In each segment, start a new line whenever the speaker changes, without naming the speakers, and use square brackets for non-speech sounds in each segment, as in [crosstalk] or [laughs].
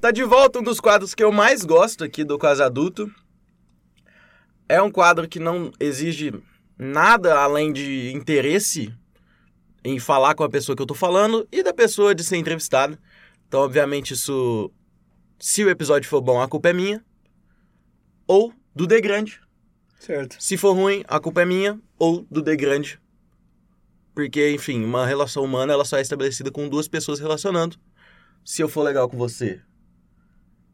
Tá de volta um dos quadros que eu mais gosto aqui do Quase Adulto. É um quadro que não exige nada além de interesse em falar com a pessoa que eu tô falando e da pessoa de ser entrevistada. Então, obviamente, isso. Se o episódio for bom, a culpa é minha. Ou do The Grande.
Certo.
Se for ruim, a culpa é minha ou do The Grande. Porque, enfim, uma relação humana ela só é estabelecida com duas pessoas relacionando. Se eu for legal com você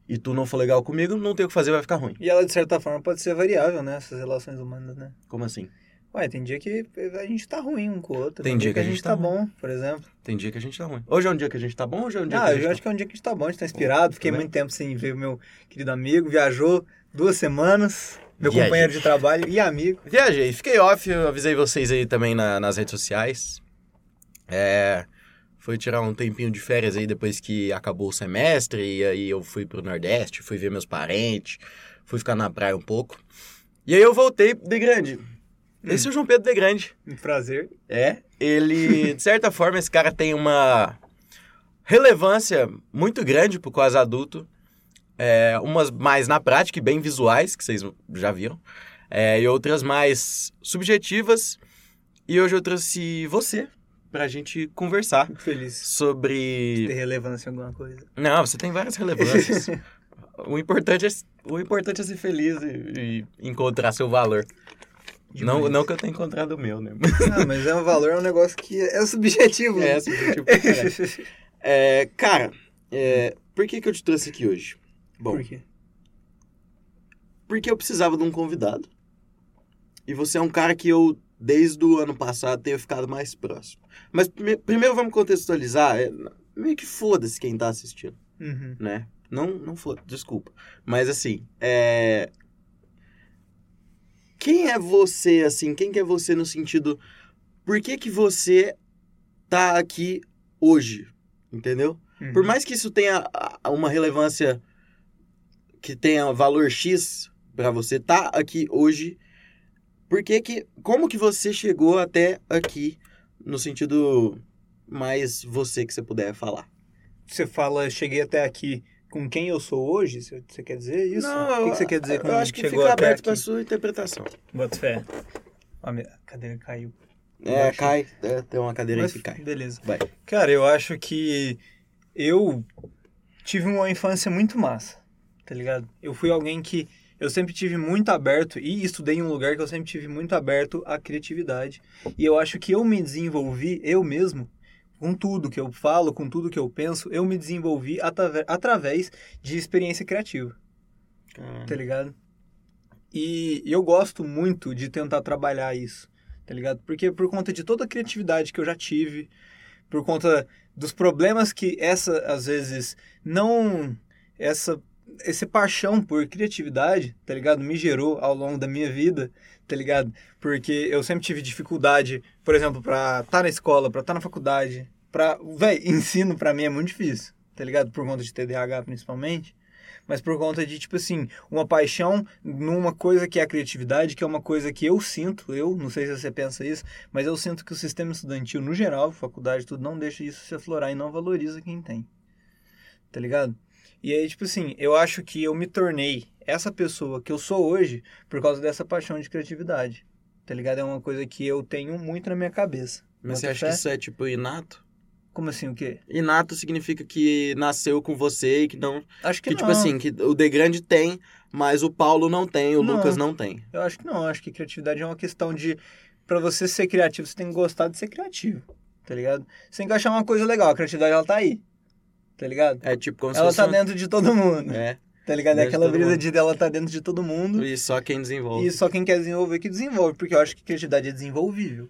e tu não for legal comigo, não tem o que fazer, vai ficar ruim.
E ela, de certa forma, pode ser variável, né? Essas relações humanas, né?
Como assim?
Ué, tem dia que a gente tá ruim um com o outro.
Tem dia que a gente tá
bom, por exemplo.
Tem dia que a gente tá ruim. Hoje é um dia que a gente tá bom, hoje é um dia que
Ah,
a gente
eu
tá
acho que é um dia que a gente tá bom, a gente tá inspirado. Fiquei
Tá
muito tempo sem ver o meu querido amigo, viajou duas semanas, meu
E aí?
companheiro de trabalho e amigo.
Viajei, fiquei off, eu avisei vocês aí também na- nas redes sociais. É, fui tirar um tempinho de férias aí depois que acabou o semestre, e aí eu fui pro Nordeste, fui ver meus parentes, fui ficar na praia um pouco. E aí eu voltei de grande. Esse é o João Pedro de Grande.
Um prazer.
É, ele, de certa forma, esse cara tem uma relevância muito grande pro quase adulto. É, umas mais na prática e bem visuais, que vocês já viram, é, e outras mais subjetivas. E hoje eu trouxe você pra gente conversar
Fico feliz de ter
sobre.
relevância em alguma coisa.
Não, você tem várias
[laughs]
relevâncias. o, importante é, o importante é ser feliz e, e encontrar seu valor. Não,
Demais.
não que eu tenha encontrado o meu, né?
Ah, mas é um valor, é um negócio que é subjetivo.
é, subjetivo
[laughs]
pra caralho. É, cara, é, por que, que eu te trouxe aqui hoje? Bom,
Por quê?
porque eu precisava de um convidado. E você é um cara que eu, desde o ano passado, tenho ficado mais próximo. Mas prime- primeiro vamos contextualizar. é, meio que foda-se quem tá assistindo,
Uhum.
né? Não, não foda, desculpa. Mas assim, é. Quem é você, assim? Quem que é você no sentido. Por que, que você tá aqui hoje? Entendeu?
Uhum.
Por mais que isso tenha a- a- uma relevância que tenha valor X pra você estar aqui hoje, por que que como que você chegou até aqui no sentido mais você que você puder falar?
Você fala, cheguei até aqui com quem eu sou hoje? Você você quer dizer isso? o que que você quer dizer com
eu acho que
chegou
fica
até
aberto
aqui?
pra sua interpretação.
Bota fé. A minha cadeira caiu. Eu
É,
acho-
cai, é, tem uma cadeira
Mas
aí que cai.
Beleza.
Vai.
Cara, eu acho que eu tive uma infância muito massa, tá ligado? Eu fui alguém que eu sempre tive muito aberto e estudei em um lugar que eu sempre tive muito aberto à criatividade. E eu acho que eu me desenvolvi eu mesmo com tudo que eu falo, com tudo que eu penso, eu me desenvolvi atave- através de experiência criativa tá ligado? E eu gosto muito de tentar trabalhar isso, tá ligado? Porque por conta de toda a criatividade que eu já tive, por conta dos problemas que essa, às vezes, não. Essa, esse paixão por criatividade, tá ligado? Me gerou ao longo da minha vida, tá ligado? Porque eu sempre tive dificuldade, por exemplo, pra estar na escola, pra estar na faculdade. Pra, véi, ensino pra mim é muito difícil, tá ligado? Por conta de TDAH principalmente. Mas por conta de, tipo assim, uma paixão numa coisa que é a criatividade, que é uma coisa que eu sinto, eu, não sei se você pensa isso, mas eu sinto que o sistema estudantil, no geral, faculdade, tudo, não deixa isso se aflorar e não valoriza quem tem. Tá ligado? E aí, tipo assim, eu acho que eu me tornei essa pessoa que eu sou hoje por causa dessa paixão de criatividade. Tá ligado? É uma coisa que eu tenho muito na minha cabeça.
Mas você
Bota
acha
fé?
que isso é tipo inato?
Como assim, o quê?
Inato significa que nasceu com você e que não,
Acho que,
que
não.
tipo assim, que o De Grande tem, mas o Paulo não tem, o
Não.
Lucas não tem.
Eu acho que não, eu acho que criatividade é uma questão de pra você ser criativo, você tem que gostar de ser criativo, tá ligado? Você tem que achar uma coisa legal, a criatividade ela tá aí. Tá ligado?
É tipo como se
Ela
fosse
tá
um-
dentro de todo mundo,
É.
tá ligado? É
dentro de
aquela
todo
brisa
mundo.
de ela tá dentro de todo mundo
E só quem desenvolve.
e só quem quer desenvolver que desenvolve, porque eu acho que criatividade é desenvolvível.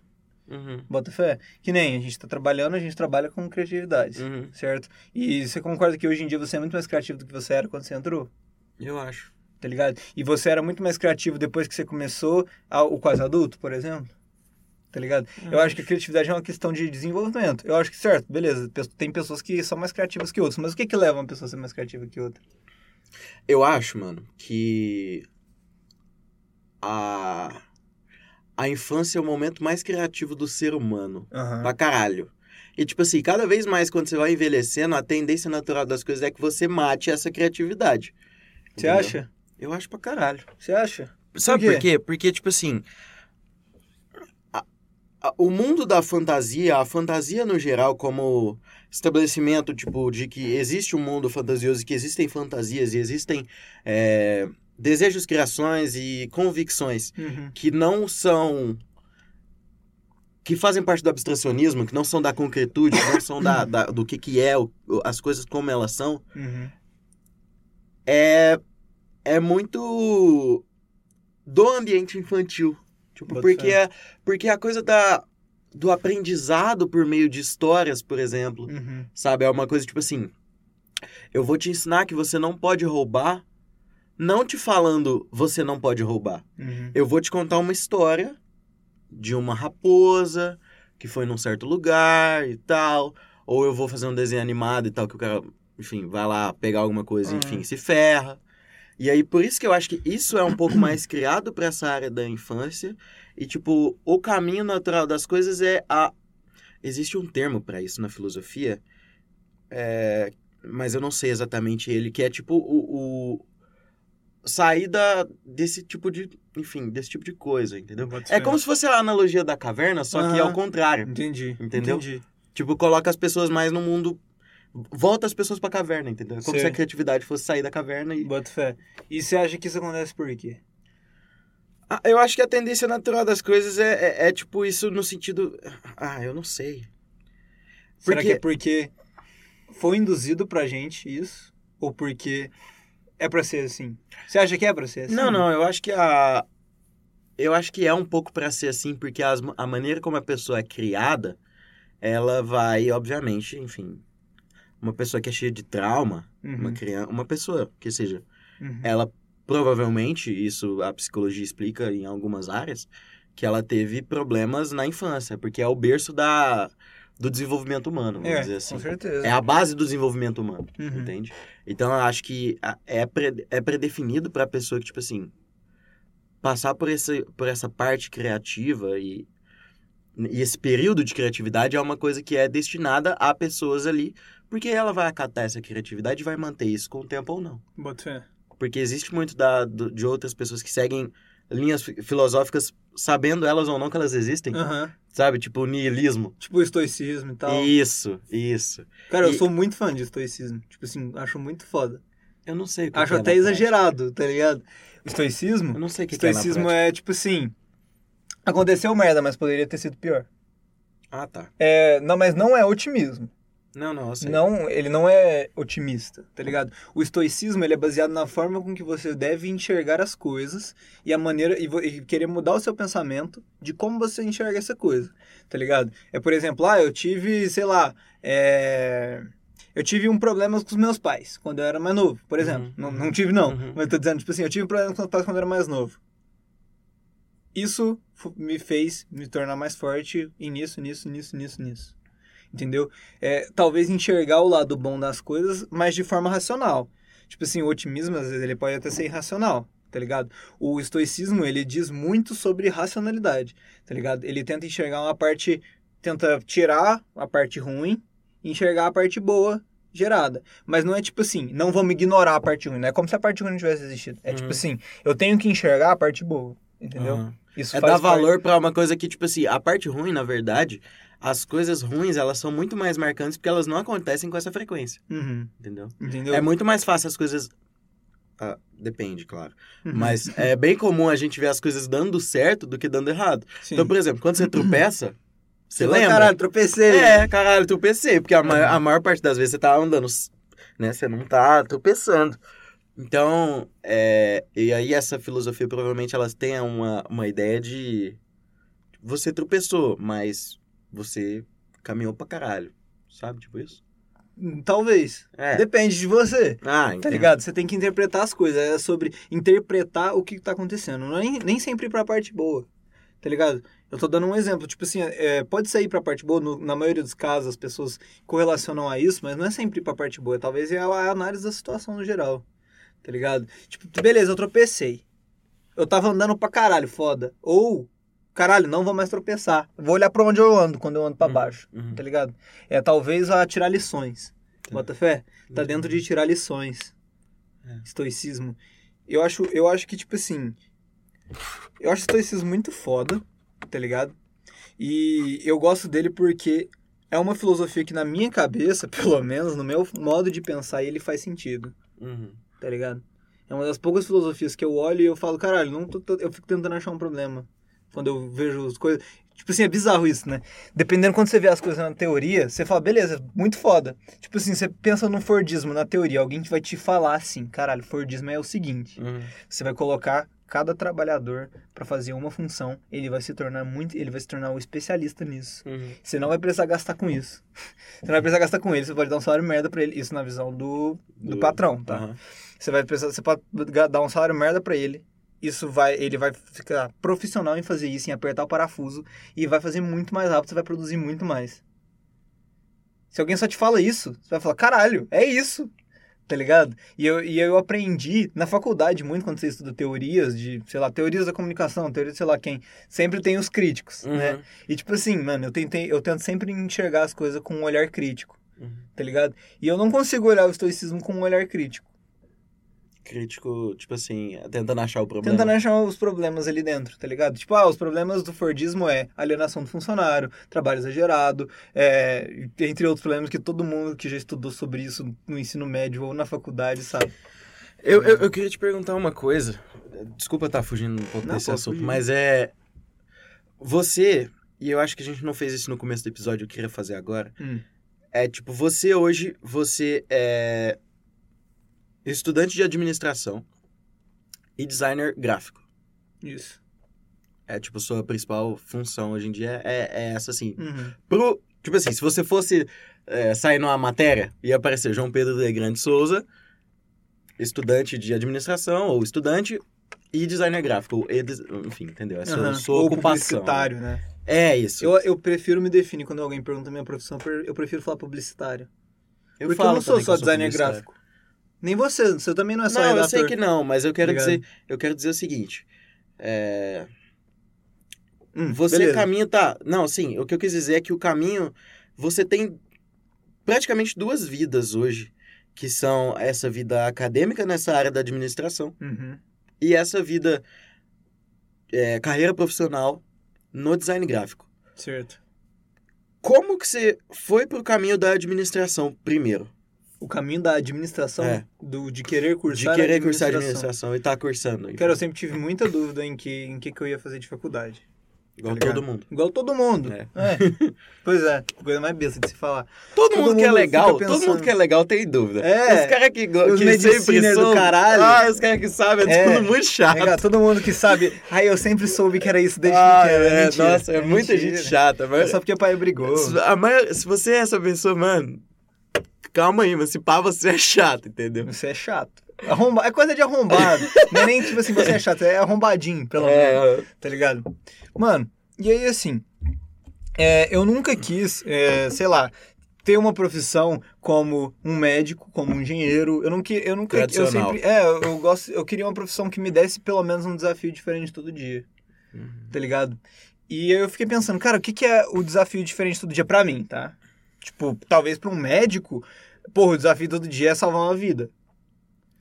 Uhum,
Bota fé? Que nem a gente tá trabalhando, a gente trabalha com criatividade,
uhum.
certo? E você concorda que hoje em dia você é muito mais criativo do que você era quando você entrou?
Eu acho.
tá ligado? E você era muito mais criativo depois que você começou a- o quase adulto, por exemplo. Tá ligado? Eu acho que a criatividade é uma questão de desenvolvimento. Eu acho que, certo, beleza, pe- tem pessoas que são mais criativas que outras, mas o que que leva uma pessoa a ser mais criativa que outra?
Eu acho, mano, que a a infância é o momento mais criativo do ser humano.
Aham.
Pra caralho. E, tipo assim, cada vez mais quando você vai envelhecendo, a tendência natural das coisas é que você mate essa criatividade.
Você
Entendeu?
acha?
Eu acho pra caralho.
Você acha?
Sabe
Por
por quê? Porque, tipo assim. a- a- O mundo da fantasia, a fantasia no geral, como estabelecimento, tipo, de que existe um mundo fantasioso, e que existem fantasias e existem é, desejos, criações e convicções
Uhum.
que não são. que fazem parte do abstracionismo, que não são da concretude, que não são da, da- do que, que é, o- as coisas como elas são,
Uhum.
é é muito do ambiente infantil. Tipo,
Bota
porque
fé.
a, porque a coisa da do aprendizado por meio de histórias, por exemplo,
Uhum.
sabe? É uma coisa tipo assim, eu vou te ensinar que você não pode roubar, não te falando você não pode roubar.
Uhum.
Eu vou te contar uma história de uma raposa que foi num certo lugar e tal. Ou eu vou fazer um desenho animado e tal, que o cara, enfim, vai lá pegar alguma coisa,
Uhum.
enfim, se ferra. E aí, por isso que eu acho que isso é um
[coughs]
pouco mais criado pra essa área da infância. E, tipo, o caminho natural das coisas é a. Existe um termo pra isso na filosofia, é, mas eu não sei exatamente ele, que é tipo o. o- sair da, desse tipo de. Enfim, desse tipo de coisa, entendeu?
Bota
É
fé.
como se fosse a analogia da caverna, só que
Aham.
ao contrário.
Entendi.
Entendeu?
Entendi.
Tipo, coloca as pessoas mais no mundo. Volta as pessoas pra caverna, entendeu? É como
Sim.
se a criatividade fosse sair da caverna e.
Bota fé. E você acha que isso acontece por quê?
Ah, eu acho que a tendência natural das coisas é, é, é, tipo isso no sentido. Ah, eu não sei.
Será que é
Porque-
porque foi induzido pra gente isso? Ou porque é pra ser assim? Você acha que é pra ser assim?
Não, não, eu acho que a. Eu acho que é um pouco pra ser assim, porque as- a maneira como a pessoa é criada, ela vai, obviamente, enfim. Uma pessoa que é cheia de trauma, uma
Uhum.
criança. Uma pessoa que seja.
Uhum.
ela provavelmente, isso a psicologia explica em algumas áreas, que ela teve problemas na infância, porque é o berço da, do desenvolvimento humano, vamos
É,
dizer assim.
com certeza.
É a base do desenvolvimento humano,
Uhum.
entende? Então eu acho que a- é, pre- é predefinido pra pessoa que, tipo assim, passar por, esse, por essa parte criativa e, e esse período de criatividade é uma coisa que é destinada a pessoas ali, porque ela vai acatar essa criatividade e vai manter isso com o tempo ou não
Bota fé.
porque existe muito da, do- de outras pessoas que seguem linhas fi- filosóficas sabendo elas ou não que elas existem,
Aham.
sabe? Tipo, niilismo.
Tipo o estoicismo e Ah. tal.
Isso, isso.
Cara, eu
e-
sou muito fã de estoicismo. Tipo assim, acho muito foda.
Eu não sei o que
Acho
que é
até
na prática.
exagerado, tá ligado? Estoicismo?
Eu não sei o que que é na
estoicismo
prática.
é, tipo assim. Aconteceu merda, mas poderia ter sido pior.
Ah, tá.
É, não, mas não é otimismo.
Não, não, eu sei.
Não, ele não é otimista, tá ligado? O estoicismo ele é baseado na forma com que você deve enxergar as coisas e a maneira e, vo- e querer mudar o seu pensamento de como você enxerga essa coisa, tá ligado? É por exemplo, ah, eu tive, sei lá, é, eu tive um problema com os meus pais quando eu era mais novo, por exemplo.
Uhum.
Não, não tive não,
Uhum.
mas eu tô dizendo tipo assim, eu tive um problema com os meus pais quando eu era mais novo. Isso fu- me fez me tornar mais forte e nisso, nisso, nisso, nisso, nisso. Entendeu? é, talvez enxergar o lado bom das coisas, mas de forma racional. Tipo assim, o otimismo, às vezes, ele pode até ser irracional, tá ligado? O estoicismo, ele diz muito sobre racionalidade, tá ligado? Ele tenta enxergar uma parte, tenta tirar a parte ruim e enxergar a parte boa gerada. Mas não é tipo assim, não vamos ignorar a parte ruim, não é como se a parte ruim não tivesse existido. É
Uhum.
tipo assim, eu tenho que enxergar a parte boa, entendeu?
Aham.
Isso
É
faz
dar
parte-
valor pra uma coisa que, tipo assim, a parte ruim, na verdade, as coisas ruins, elas são muito mais marcantes porque elas não acontecem com essa frequência,
Uhum,
entendeu?
entendeu?
É muito mais fácil as coisas... Ah, depende, claro.
Uhum,
Mas é bem comum a gente ver as coisas dando certo do que dando errado.
sim.
Então, por exemplo, quando você tropeça, você
fala,
lembra?
Caralho, tropecei.
É, caralho, tropecei, porque a, ma- a maior parte das vezes você tá andando, né? Você não tá tropeçando. Então, é, e aí essa filosofia provavelmente elas têm uma, uma ideia de você tropeçou, mas você caminhou pra caralho, sabe? Tipo isso?
Hum, Talvez.
É.
Depende de você.
Ah, entendo.
Tá ligado? Você tem que interpretar as coisas. É sobre interpretar o que tá acontecendo. Não é nem, nem sempre pra parte boa. Tá ligado? Eu tô dando um exemplo. Tipo assim, é, pode sair pra parte boa. no- na maioria dos casos, as pessoas correlacionam a isso, mas não é sempre pra parte boa. Talvez é a, a análise da situação no geral. Tá ligado? Tipo, beleza, eu tropecei. Eu tava andando pra caralho, foda. Ou, caralho, não vou mais tropeçar. Vou olhar pra onde eu ando quando eu ando pra
Uhum,
baixo,
uhum.
tá ligado? É talvez a tirar lições. Bota fé? Tá dentro de tirar lições.
Uhum. É.
Estoicismo. Eu acho, eu acho que, tipo assim. Eu acho estoicismo muito foda, tá ligado? E eu gosto dele porque é uma filosofia que, na minha cabeça, [laughs] pelo menos, no meu modo de pensar, ele faz sentido
Uhum.
tá ligado? É uma das poucas filosofias que eu olho e eu falo, caralho, não tô- tô- eu fico tentando achar um problema. Quando eu vejo as coisas. Tipo assim, é bizarro isso, né? Dependendo quando você vê as coisas na teoria, você fala, beleza, é muito foda. Tipo assim, você pensa no Fordismo na teoria, alguém que vai te falar assim, caralho, Fordismo é o seguinte:
Uhum.
você vai colocar cada trabalhador pra fazer uma função, ele vai se tornar muito. Ele vai se tornar um especialista nisso.
Uhum.
Você não vai precisar gastar com isso. [laughs] Você não vai precisar gastar com ele, você pode dar um salário merda pra ele. Isso na visão do, do,
Do-
patrão, tá?
Aham.
Você vai precisar, você pode ga- dar um salário merda pra ele. Isso vai, ele vai ficar profissional em fazer isso, em apertar o parafuso e vai fazer muito mais rápido, você vai produzir muito mais. Se alguém só te fala isso, você vai falar, caralho, é isso. Tá ligado? E eu, e eu aprendi na faculdade muito quando você estuda teorias de, sei lá, teorias da comunicação, teorias de sei lá quem, sempre tem os críticos, né?
Uhum.
E tipo assim, mano, eu tentei, eu tento sempre enxergar as coisas com um olhar crítico,
Uhum.
tá ligado? E eu não consigo olhar o estoicismo com um olhar crítico.
Crítico, tipo assim, tentando achar o problema.
Tentando achar os problemas ali dentro, tá ligado? Tipo, ah, os problemas do Fordismo é alienação do funcionário, trabalho exagerado, é, entre outros problemas que todo mundo que já estudou sobre isso no ensino médio ou na faculdade sabe.
Eu,
Uhum.
eu, eu queria te perguntar uma coisa. Desculpa estar fugindo um pouco
Não,
desse
pô,
assunto,
fugiu.
mas é. Você, e eu acho que a gente não fez isso no começo do episódio, eu queria fazer agora.
Hum.
É tipo, você hoje, você é estudante de administração e designer gráfico.
Isso.
É tipo, sua principal função hoje em dia é, é essa, assim.
Uhum.
Pro, tipo assim, se você fosse é, sair numa matéria, ia aparecer João Pedro de Grande Souza, estudante de administração, ou estudante, e designer gráfico. ou e des- enfim, entendeu? Essa
Aham.
é a sua
Ou
ocupação.
publicitário, né?
É isso.
Eu, eu prefiro me definir quando alguém pergunta a minha profissão, eu pre- eu prefiro falar publicitário.
Eu
Porque eu
falo
não sou
também que
só
eu
designer
publicitário.
gráfico. Nem você, você também não é só
Não,
redator. Tá
eu sei que não, mas eu quero
Obrigado.
dizer, eu quero dizer o seguinte. É,
Hum,
você
beleza.
caminha, tá? Não, sim, o que eu quis dizer é que o caminho você tem praticamente duas vidas hoje, que são essa vida acadêmica nessa área da administração
Uhum.
e essa vida é, carreira profissional no design gráfico.
Certo.
Como que você foi pro caminho da administração primeiro?
O caminho da administração,
É.
do, de querer cursar é
de querer cursar
administração.
administração e tá cursando.
Cara, eu sempre tive muita dúvida em que, em que, que eu ia fazer de faculdade.
igual
tá ligado?
todo mundo.
Igual todo mundo.
É.
É. Pois é, coisa mais besta de se falar.
Todo, mundo, que é
mundo
legal,
fica
todo mundo
pensando.
que é legal tem dúvida.
É.
Os caras que, go-
Os
que sempre
mediciner do
soube-
caralho.
Ah, os caras que sabem, é,
É.
tudo muito
Tá
chato.
ligado? todo mundo que sabe, ai, eu sempre soube que era isso desde
Ah,
pequeno.
é,
mentira.
nossa, é, muita
mentira.
gente chata.
É
Mas...
só porque o pai brigou.
Se- a maior- se você é essa pessoa, mano, calma aí, mas se pá, você é chato, entendeu?
Você é chato. Arromba... É coisa de arrombado. Não é nem tipo assim, você é chato, é arrombadinho, pelo menos.
É,
tá ligado? Mano, e aí assim, é, eu nunca quis, é, sei lá, ter uma profissão como um médico, como um engenheiro. Eu não que, eu nunca, eu
Tradicional.
sempre, é, eu, eu gosto, eu queria uma profissão que me desse pelo menos um desafio diferente todo dia. Tá ligado? E aí eu fiquei pensando, cara, o que que é o desafio diferente todo dia pra mim, tá? Tipo, talvez pra um médico, porra, o desafio todo dia é salvar uma vida.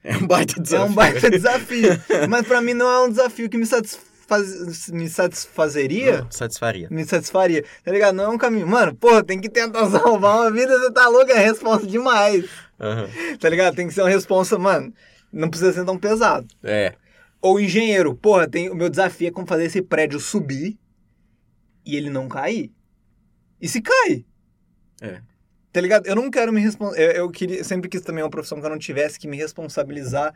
é um baita desafio.
É um
[laughs]
baita desafio. Mas pra mim não é um desafio que me, satisfaz... me satisfazeria.
Não, Satisfaria.
Me satisfaria, tá ligado? Não é um caminho. Mano, porra, tem que tentar [laughs] salvar uma vida, você tá louco, é a responsa demais,
Aham.
tá ligado? Tem que ser uma responsa, mano, não precisa ser tão pesado.
É.
Ou engenheiro, porra, tem... o meu desafio é como fazer esse prédio subir e ele não cair. E se cai?
É.
Tá ligado? Eu não quero me responsabilizar. Eu, eu queria... sempre quis também uma profissão que eu não tivesse que me responsabilizar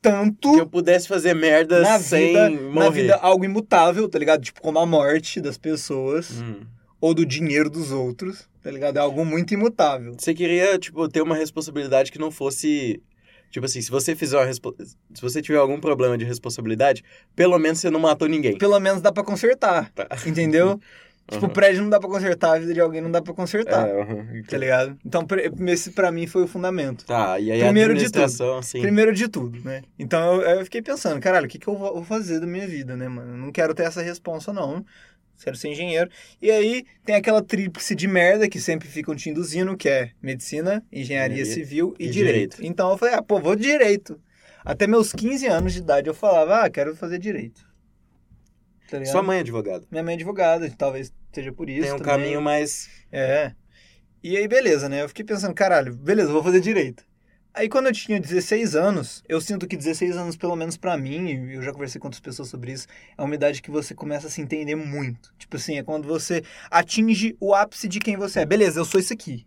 tanto
Que eu pudesse fazer merda
na
sem
vida, na
morrer.
vida algo imutável, tá ligado? Tipo como a morte das pessoas
Hum.
ou do dinheiro dos outros, tá ligado? É algo muito imutável.
Você queria, tipo, ter uma responsabilidade que não fosse. Tipo assim, se você fizer uma respo- Se você tiver algum problema de responsabilidade, pelo menos você não matou ninguém.
Pelo menos dá pra consertar,
Tá.
entendeu? Tipo,
Aham.
prédio não dá pra consertar, a vida de alguém não dá pra consertar,
É, aham.
tá ligado? Então, pre- esse pra mim foi o fundamento.
Tá, e aí
Primeiro
a
de tudo.
administração, assim.
Primeiro de tudo, né? Então eu, eu fiquei pensando, caralho, o que, que eu vou vou fazer da minha vida, né, mano? Eu não quero ter essa responsa, não. Quero ser engenheiro. E aí tem aquela tríplice de merda que sempre ficam te induzindo, que é medicina, engenharia
Engenharia
civil e,
e direito.
direito. Então eu falei, ah, pô, vou direito. Até meus 15 anos de idade eu falava, ah, quero fazer direito. Tá ligado?
Sua mãe é advogada.
Minha mãe é advogada, talvez seja por isso.
Tem um
também.
caminho mais.
É. E aí, beleza, né? Eu fiquei pensando, caralho, beleza, eu vou fazer direito. Aí, quando eu tinha 16 anos, eu sinto que 16 anos, pelo menos pra mim, e eu já conversei com outras pessoas sobre isso, é uma idade que você começa a se entender muito. Tipo assim, é quando você atinge o ápice de quem você é. Beleza, eu sou isso aqui.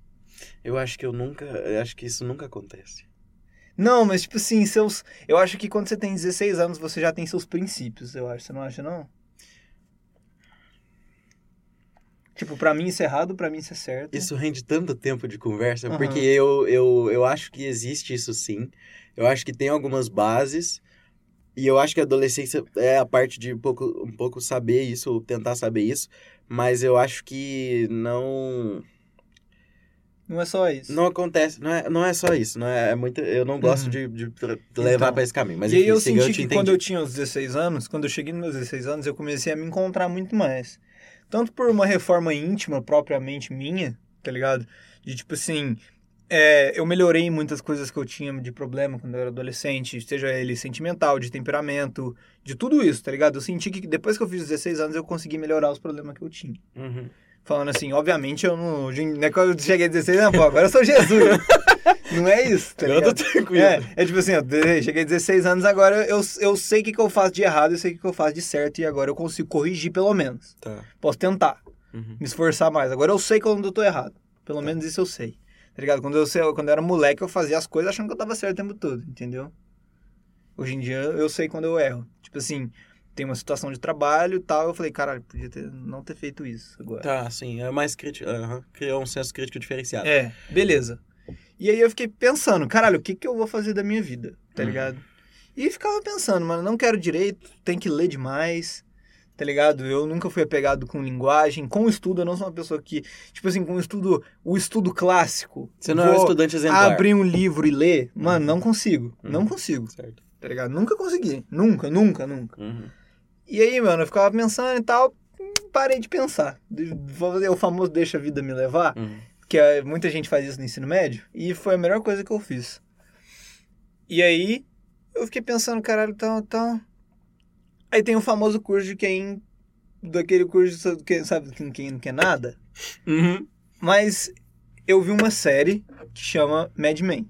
Eu acho que eu nunca. Eu acho que isso nunca acontece.
Não, mas tipo assim, seus. Eu acho que quando você tem 16 anos, você já tem seus princípios, eu acho. Você não acha, não? Tipo, pra mim isso é errado, pra mim isso é certo.
Isso rende tanto tempo de conversa,
Aham.
porque eu, eu, eu acho que existe isso sim. Eu acho que tem algumas bases. E eu acho que a adolescência é a parte de um pouco, um pouco saber isso, ou tentar saber isso. Mas eu acho que não.
Não é só isso.
Não acontece. Não é, não é só isso. Não é, é muito, eu não gosto
Uhum.
de, de tra- levar
Então,
pra esse caminho. Mas
e aí
enfim,
eu
siga,
senti
te
que
entendi.
quando eu tinha os 16 anos, quando eu cheguei nos meus 16 anos, eu comecei a me encontrar muito mais. Tanto por uma reforma íntima, propriamente minha, tá ligado? De tipo assim, é, eu melhorei em muitas coisas que eu tinha de problema quando eu era adolescente, seja ele sentimental, de temperamento, de tudo isso, tá ligado? Eu senti que depois que eu fiz 16 anos, eu consegui melhorar os problemas que eu tinha.
Uhum.
Falando assim, obviamente eu não. hoje em- Não é quando eu cheguei a 16 anos, pô, agora eu
[laughs]
sou Jesus. não é isso, tá
eu
ligado?
tô tranquilo.
É, é tipo assim, eu de- cheguei a 16 anos, agora eu, eu sei o que, que eu faço de errado, eu sei o que, que eu faço de certo, e agora eu consigo corrigir pelo menos.
Tá.
Posso tentar,
Uhum.
me esforçar mais. Agora eu sei quando eu tô errado. Pelo menos isso eu sei. Tá ligado? Quando eu, sei- quando eu era moleque, eu fazia as coisas achando que eu tava certo o tempo todo, entendeu? Hoje em dia eu sei quando eu erro. Tipo assim, tem uma situação de trabalho e tal, eu falei, caralho, podia ter, não ter feito isso agora.
Tá, sim. É mais crítico. aham. Criou um senso crítico diferenciado.
É, beleza. E aí eu fiquei pensando, caralho, o que, que eu vou fazer da minha vida, tá
Uhum.
ligado? E ficava pensando, mano, não quero direito, tem que ler demais, tá ligado? Eu nunca fui apegado com linguagem, com estudo, eu não sou uma pessoa que, tipo assim, com estudo, o estudo clássico.
Você não é um
vou
estudante exemplar.
Abrir um livro e ler, mano,
Uhum.
não consigo, não
Uhum.
consigo,
Certo.
tá ligado? Nunca consegui, nunca, nunca, nunca.
Uhum.
E aí, mano, eu ficava pensando e tal, parei de pensar. Vou fazer o famoso deixa a vida me levar
Uhum.
que eh, muita gente faz isso no ensino médio, e foi a melhor coisa que eu fiz. E aí, eu fiquei pensando, caralho, então, então... Aí tem o famoso curso de quem... Daquele curso de quem sabe quem, quem não quer nada.
Uhum.
Mas eu vi uma série que chama Mad Men.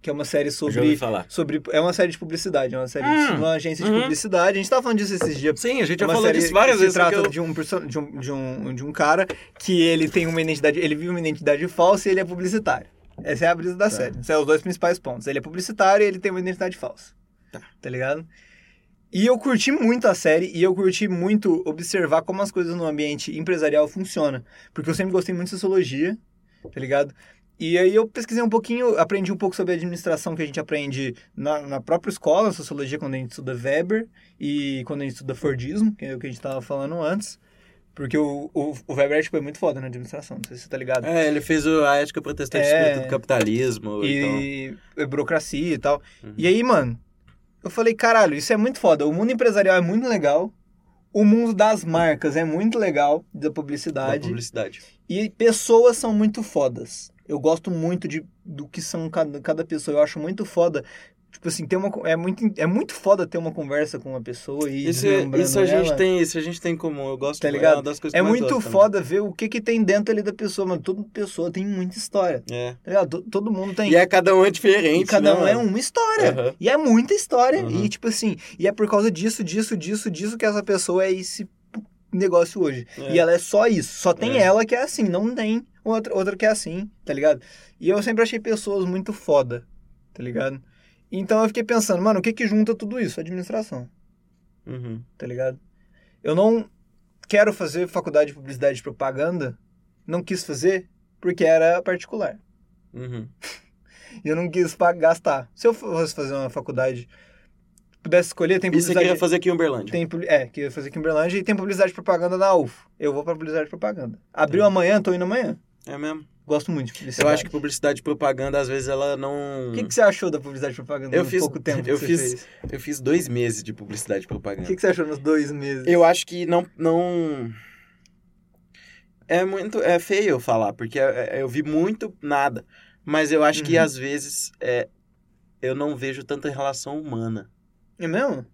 Que é uma série
Já ouvi
sobre...
falar.
sobre é uma série de publicidade, é uma série de
Hum.
uma agência de
Uhum.
publicidade. A gente tava falando disso esses dias
Sim, a gente
é
já
uma
falou
série
disso várias
que
vezes.
Se
só que
trata
eu-
de, um perso- de, um, de, um, de um cara que ele tem uma identidade. Ele vive uma identidade falsa e ele é publicitário. Essa é a
Tá.
brisa da série. Esses são os dois principais pontos. Ele é publicitário e ele tem uma identidade falsa. Tá. ligado? E eu curti muito a série e eu curti muito observar como as coisas no ambiente empresarial funcionam. Porque eu sempre gostei muito de sociologia, tá ligado? E aí eu pesquisei um pouquinho, aprendi um pouco sobre a administração que a gente aprende na, na própria escola, sociologia, quando a gente estuda Weber e quando a gente estuda Fordismo, que é o que a gente tava falando antes. Porque o, o, o Weber é, tipo, é muito foda na administração, não sei se você tá ligado.
É, ele fez o- a ética protestante
É.
escrita do capitalismo. Então...
e é burocracia e tal.
Uhum.
E aí, mano, eu falei, caralho, isso é muito foda. O mundo empresarial é muito legal. O mundo das marcas é muito legal, da
Da
publicidade.
publicidade.
E pessoas são muito fodas. Eu gosto muito de, do que são cada, cada pessoa. Eu acho muito foda. Tipo assim, ter uma, co- é, muito, é muito foda ter uma conversa com uma pessoa e
Isso, é,
desmembrando
isso, a gente
ela.
tem, isso a gente tem em comum. Eu gosto
Tá
muito,
ligado?
É, uma das coisas que
É
eu mais
muito
gosto
foda ver o que, que tem dentro ali da pessoa, mano. Toda pessoa tem muita história.
também. É.
Tá ligado? To- Todo mundo tem.
E é cada um é diferente.
E cada
né,
um é
mano?
uma história.
Aham.
E é muita história.
Uhum.
E tipo assim, e é por causa disso, disso, disso, disso que essa pessoa é esse p- negócio hoje.
É.
E ela é só isso. Só tem
É.
ela que é assim, não tem outra, outra que é assim, tá ligado? E eu sempre achei pessoas muito foda, tá ligado? Então eu fiquei pensando, mano, o que que junta tudo isso? Administração,
Uhum.
tá ligado? Eu não quero fazer faculdade de publicidade e propaganda, não quis fazer porque era particular.
Uhum.
E eu não quis pa- gastar. Se eu fosse fazer uma faculdade pudesse escolher, tem
E você
publicidade.
queria fazer aqui em Uberlândia?
Tem, publi- é, que eu ia fazer aqui em Berlândia e tem publicidade e propaganda na UFO. Eu vou pra publicidade e propaganda. Abriu amanhã, tô indo amanhã.
É mesmo?
Gosto muito de publicidade.
Eu acho que publicidade e propaganda, às vezes, ela não...
O que, que você achou da publicidade e propaganda
Eu
no
fiz-
pouco tempo
eu
que
fiz-
você fez?
Eu fiz dois meses de publicidade e
O
propaganda.
que, que você achou nos dois meses?
Eu acho que não, não... É muito... É feio eu falar, porque é- é- eu vi muito nada. Mas eu acho que,
Uhum.
às vezes, é, eu não vejo tanta relação humana.
É mesmo?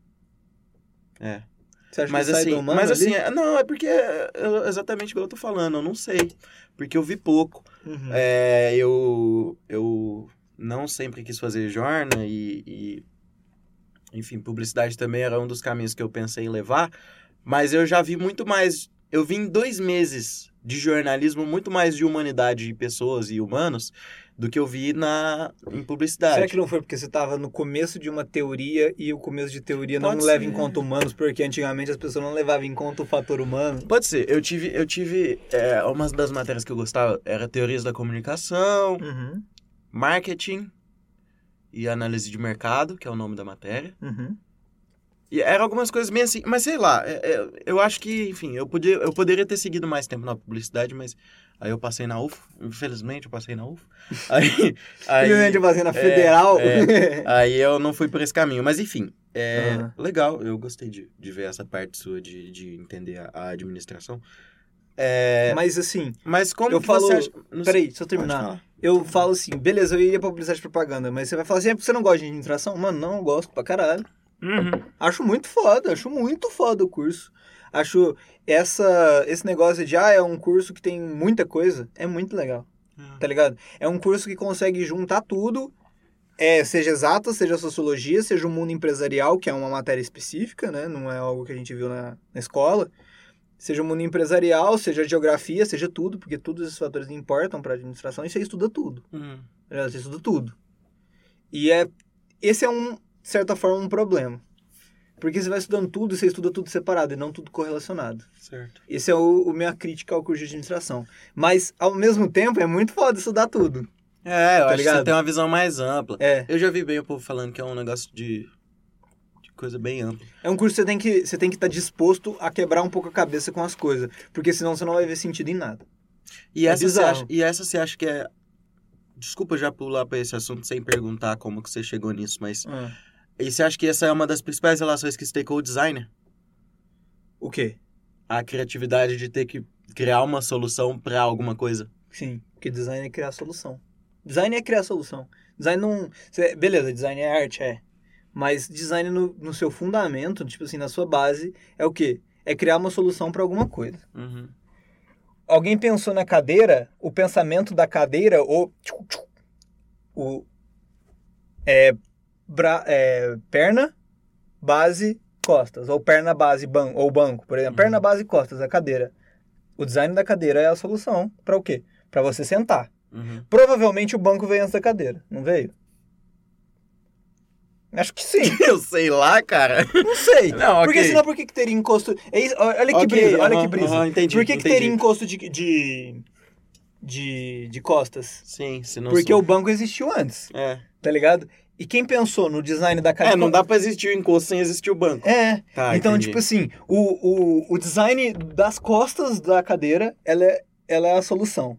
É.
Você acha
Mas
que sai
assim,
do humano
mas
ali?
assim, é- não, é porque é é exatamente igual eu tô falando, eu não sei. Porque eu vi pouco.
Uhum.
É, eu, eu não sempre quis fazer jorna e, e, enfim, publicidade também era um dos caminhos que eu pensei em levar, mas eu já vi muito mais. Eu vi em dois meses de jornalismo muito mais de humanidade e pessoas e humanos do que eu vi na, em publicidade.
Será que não foi porque você estava no começo de uma teoria e o começo de teoria não
Pode
leva
ser.
em conta humanos, porque antigamente as pessoas não levavam em conta o fator humano?
Pode ser. Eu tive, eu tive é, uma das matérias que eu gostava era teorias da comunicação,
Uhum,
marketing e análise de mercado, que é o nome da matéria.
uhum.
E eram algumas coisas bem assim, mas sei lá, é- é- eu acho que, enfim, eu, podia, eu poderia ter seguido mais tempo na publicidade, mas aí eu passei na UFO, infelizmente eu passei na UFO. [laughs] Aí, aí, é,
e o Andy fazendo a federal.
aí eu não fui por esse caminho, mas enfim, é
Aham.
legal, eu gostei de, de ver essa parte sua de, de entender a, a administração. É,
[laughs] Mas assim,
mas como
eu
que
falo-
você acha... não sei-
peraí, deixa eu
pode
terminar.
falar.
Eu falo assim, beleza, eu iria pra publicidade e propaganda, mas você vai falar assim, é porque você não gosta de administração? Mano, não, eu gosto pra caralho.
Uhum.
Acho muito foda, acho muito foda o curso. Acho essa, esse negócio de, ah, é um curso que tem muita coisa, é muito legal, tá ligado? É um curso que consegue juntar tudo, é, seja exata, seja sociologia, seja o mundo empresarial, que é uma matéria específica, né? Não é algo que a gente viu na, na escola. Seja o mundo empresarial, seja a geografia, seja tudo, porque todos esses fatores importam pra administração e você estuda tudo.
Uhum.
Ela estuda tudo. E é esse é um, de certa forma, um problema. Porque você vai estudando tudo, você estuda tudo separado e não tudo correlacionado.
Certo.
Esse é o, o minha crítica ao curso de administração. Mas, ao mesmo tempo, é muito foda estudar tudo.
É, eu
Tá
acho que você
ligado?
tem uma visão mais ampla.
É.
Eu já vi bem o povo falando que é um negócio de, de coisa bem ampla.
É um curso que você tem que você tem que estar disposto a quebrar um pouco a cabeça com as coisas. Porque senão você não vai ver sentido em nada.
E
É
essa, você
bizarro.
acha, e essa você acha que é. Desculpa já pular pra esse assunto sem perguntar como que você chegou nisso, mas. E você acha que essa é uma das principais relações que você tem com o designer?
O quê?
A criatividade de ter que criar uma solução pra alguma coisa.
Sim, porque design é criar solução. Design é criar solução. Design não. cê- beleza, design é arte, é. Mas design no, no seu fundamento, tipo assim, na sua base, é o quê? É criar uma solução para alguma coisa.
Uhum.
Alguém pensou na cadeira, o pensamento da cadeira, ou. O. É, bra, é. Perna, base, costas. Ou perna, base, ban, ou banco, por exemplo.
Uhum.
Perna, base, costas, a cadeira. O design da cadeira é a solução para o quê? Para você sentar. [laughs]
Uhum.
Provavelmente o banco veio antes da cadeira, não veio? Acho que sim,
Eu sei lá, cara. [laughs]
não sei.
Não,
Porque senão por que, que teria encosto. É isso, olha que
Ok,
brisa, olha
aham,
que brisa.
aham, entendi.
por que, que
entendi.
teria encosto de. de. de, de costas?
Sim, se não.
Porque o banco existiu antes,
É.
tá ligado? E quem pensou no design da cadeira.
é, não dá pra existir o encosto sem existir o banco.
É,
Tá,
então,
entendi.
tipo assim, o, o, o design das costas da cadeira, ela é, ela é a solução.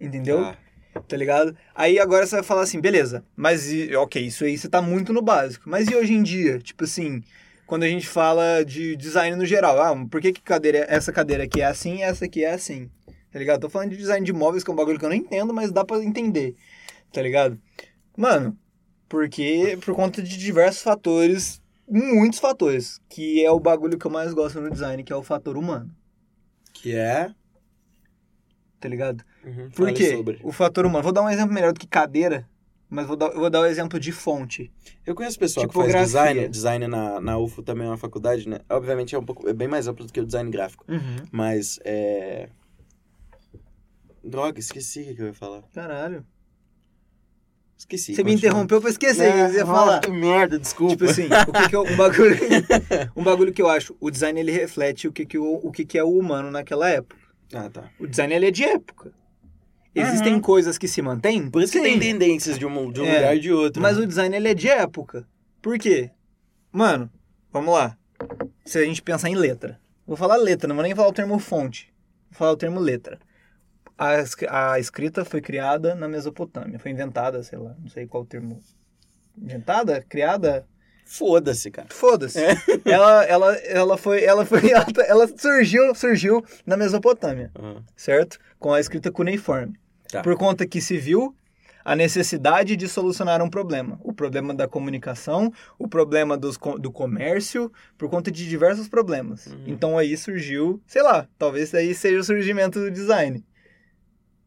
Entendeu?
Tá.
tá ligado? Aí agora você vai falar assim, beleza, mas e- ok, isso aí você tá muito no básico. Mas e hoje em dia? Tipo assim, quando a gente fala de design no geral, ah, por que, que cadeira, essa cadeira aqui é assim e essa aqui é assim? Tá ligado? Tô falando de design de móveis, que é um bagulho que eu não entendo, mas dá pra entender, tá ligado? Mano, porque por conta de diversos fatores, muitos fatores, que é o bagulho que eu mais gosto no design, que é o fator humano,
Que é.
tá ligado?
Uhum,
Por
fale
quê?
sobre.
O fator humano. Vou dar um exemplo melhor do que cadeira, mas vou dar, eu vou dar o exemplo de fonte.
Eu conheço pessoal que faz
Tipo Tipografia.
design, design na, na UFO também é uma faculdade, né? Obviamente é um pouco, é bem mais amplo do que o design gráfico, mas é... Droga, esqueci o que que eu ia falar.
Caralho.
Esqueci. Ah,
você me interrompeu pra esquecer o que você ia falar.
Que merda, desculpa.
Tipo assim, o que que eu,
[laughs]
um, bagulho, um bagulho que eu acho, o design ele reflete o que, que, o, o que, que é o humano naquela época.
Ah, tá.
O design ele é de época. Existem
Uhum.
coisas que se mantêm?
Por isso que
Sim.
tem tendências de um, de um
É,
lugar e de outro.
Mas
né?
o design ele é de época. Por quê? Mano, vamos lá. Se a gente pensar em letra. Vou falar letra, não vou nem falar o termo fonte. Vou falar o termo letra. A, es- a escrita foi criada na Mesopotâmia. Foi inventada, sei lá. Não sei qual o termo. Inventada? Criada?
Foda-se, cara.
Foda-se. Ela, ela, ela foi. Ela, foi [laughs] ela, ela surgiu, surgiu na Mesopotâmia certo? Com a escrita cuneiforme.
Tá.
Por conta que se viu a necessidade de solucionar um problema. O problema da comunicação, o problema dos co- do comércio, por conta de diversos problemas.
Uhum.
Então aí surgiu, sei lá, talvez daí seja o surgimento do design.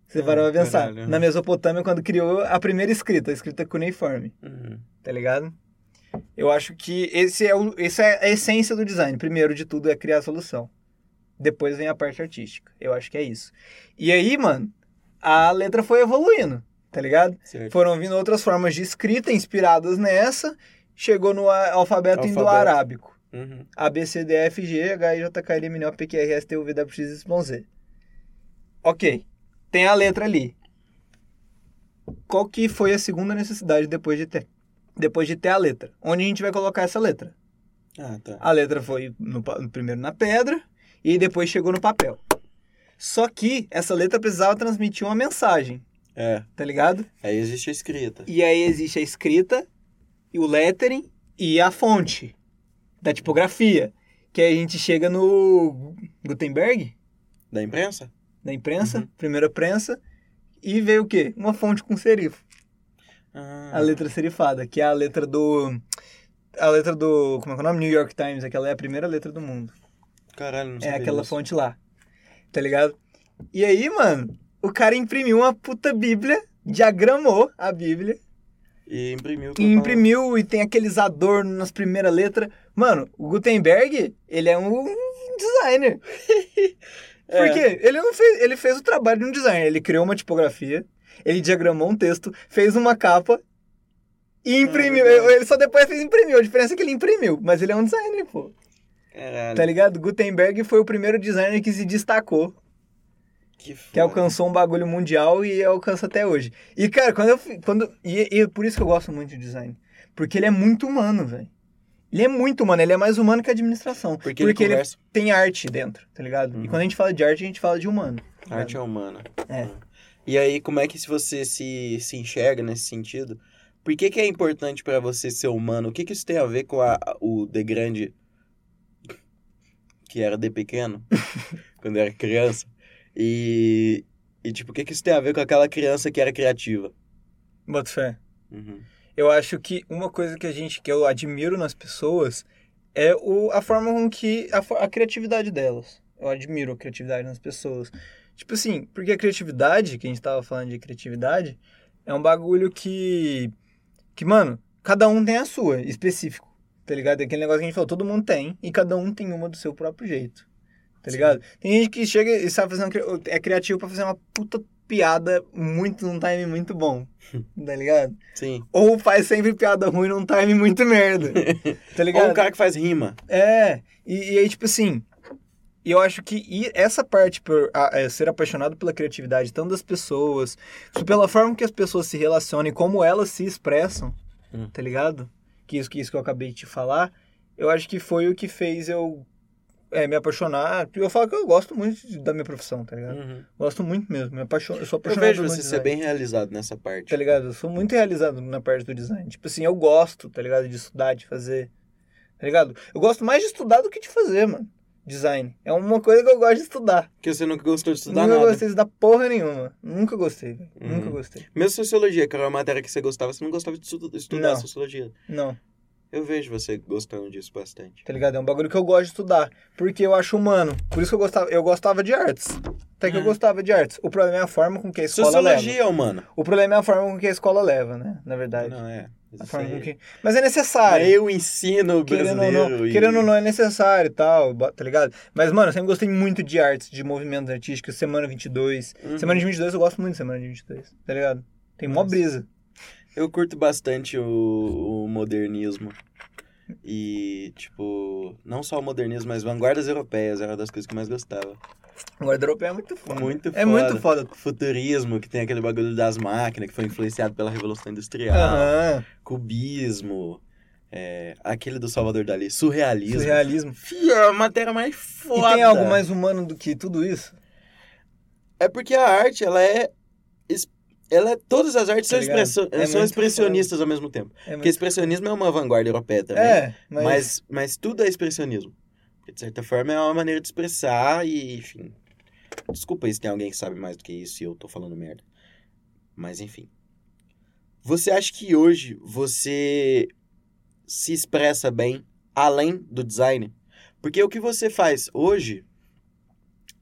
Você
Ah,
parou a pensar.
caralho.
Na Mesopotâmia, quando criou a primeira escrita, a escrita cuneiforme
Uhum.
tá ligado? Eu acho que esse é o, essa é a essência do design. Primeiro de tudo é criar a solução. Depois vem a parte artística. Eu acho que é isso. E aí, mano, a letra foi evoluindo, tá ligado?
Certo.
Foram vindo outras formas de escrita inspiradas nessa. Chegou no a- alfabeto,
Alfabeto.
indo-arábico.
Uhum.
A, B, C, D, E, F, G, H, I, J, K, L, M, N, O, P, Q, R, S, T, U, V, W, X, Y, Z. Ok. Tem a letra ali. Qual que foi a segunda necessidade depois de ter? Depois de ter a letra. Onde a gente vai colocar essa letra?
Ah, tá.
A letra foi no pa- primeiro na pedra e depois chegou no papel. Só que essa letra precisava transmitir uma mensagem,
É.
tá ligado?
Aí existe a escrita.
E aí existe a escrita, e o lettering e a fonte da tipografia. Que aí a gente chega no Gutenberg,
Da imprensa?
da imprensa,
Uhum.
primeira prensa, e veio o quê? Uma fonte com serifo.
Ah.
A letra serifada, que é a letra do. A letra do. Como é que é o nome? New York Times, aquela é a primeira letra do mundo.
Caralho, não sei.
É aquela fonte lá. Tá ligado? E aí, mano, o cara imprimiu uma puta bíblia, diagramou a bíblia.
E imprimiu.
E imprimiu e tem aqueles adornos nas primeiras letras. Mano, o Gutenberg, ele é um designer.
É.
Por quê? Ele não fez, ele fez o trabalho de um designer, ele criou uma tipografia, ele diagramou um texto, fez uma capa e imprimiu.
legal.
ele só depois fez imprimir. A diferença é que ele imprimiu, mas ele é um designer, pô.
É, Caralho.
Tá ligado? Gutenberg foi o primeiro designer que se destacou
Que
que alcançou um bagulho mundial e alcança até hoje. E, cara, quando eu. fi- Quando, e, e por isso que eu gosto muito de design. Porque ele é muito humano, velho. Ele é muito humano, ele é mais humano que a administração.
Porque, ele é conversa.
tem arte dentro, tá ligado? E
Uhum.
quando a gente fala de arte, a gente fala de humano.
A Arte é humana.
Tá. É.
E aí, como é que se você se, se enxerga nesse sentido? Por que, que é importante pra você ser humano? O que, que isso tem a ver com a, o de grande, que era de
[laughs]
pequeno, quando eu era criança? E, e tipo, o que, que isso tem a ver com aquela criança que era criativa?
Boto fé.
Uhum.
Eu acho que uma coisa que a gente, que eu admiro nas pessoas, é o, a forma com que. A, fo- a criatividade delas. Eu admiro a criatividade nas pessoas. Tipo assim, porque a criatividade, que a gente tava falando de criatividade, é um bagulho que. Que, mano, cada um tem a sua, específico. Tá ligado? É aquele negócio que a gente falou, todo mundo tem, e cada um tem uma do seu próprio jeito. Tá
Sim.
ligado? Tem gente que chega e sabe fazer uma, cri- é criativo pra fazer uma puta piada muito num time muito bom. tá ligado?
Sim. um
Ou faz sempre piada ruim num time
[laughs]
muito merda. Tá
Ou um
ligado?
cara que faz rima.
É. E, e aí, tipo assim. e Eu acho que e essa parte por a- é, ser apaixonado pela criatividade, tanto das pessoas, pela forma que as pessoas se relacionam e como elas se expressam,
Hum.
tá ligado? Que isso, que isso que eu acabei de te falar, eu acho que foi o que fez eu é, me apaixonar. Eu falo que eu gosto muito de- da minha profissão, tá ligado?
Uhum.
Gosto muito mesmo, me apaixono, eu sou
Eu
apaixonado
vejo
pelo
você ser
design.
bem realizado nessa parte.
Tá ligado? Eu sou muito realizado na parte do design. Tipo assim, eu gosto, tá ligado? De estudar, de fazer. Tá ligado? Eu gosto mais de estudar do que de fazer, mano. Design. É uma coisa que eu gosto de estudar.
Porque você nunca gostou de estudar
Nunca
nada.
gostei de estudar porra nenhuma. Nunca gostei, velho.
Uhum.
Nunca gostei.
Mesmo sociologia, que era uma matéria que você gostava, você não gostava de estu- estudar
Não.
sociologia.
Não,
Eu vejo você gostando disso bastante.
tá ligado? É um bagulho que eu gosto de estudar. Porque eu acho humano. Por isso que eu gostava. Eu gostava de artes. Até que eu
Hum.
gostava de artes. O problema é a forma com que a escola leva.
Sociologia, humano.
O problema é a forma com que a escola leva, né? Na verdade.
Não, é. Isso
a forma
aí-
com que... Mas é necessário.
Aí o ensino
Querendo ou,
brasileiro.
não,
e-
querendo ou não, é necessário e tal, bo- tá ligado? Mas, mano, eu sempre gostei muito de artes, de movimentos artísticos, Semana 22.
Uhum.
Semana de 22 eu gosto muito de Semana de 22, tá ligado? Tem mó
Nossa.
brisa.
Eu curto bastante o, o modernismo. E, tipo, não só o modernismo, mas vanguardas europeias era uma das coisas que eu mais gostava.
O guarda-roupa é muito foda.
Muito
É
foda.
muito foda.
Futurismo, que tem aquele bagulho das máquinas, que foi influenciado pela Revolução Industrial.
Aham.
Cubismo. é, aquele do Salvador Dali, surrealismo.
Surrealismo.
Fia, a matéria mais foda.
E tem algo mais humano do que tudo isso?
É porque a arte, ela é. es- Ela é todas as artes
Tá
são,
ligado?
expressio-
É
são
muito
expressionistas ao mesmo tempo.
É,
Porque expressionismo é uma vanguarda europeia também.
é mas,
mas... Mas, tudo é expressionismo. Porque, de certa forma, é uma maneira de expressar e, enfim. Desculpa aí se tem alguém que sabe mais do que isso e eu tô falando merda. Mas, enfim. Você acha que hoje você se expressa bem além do design? Porque o que você faz hoje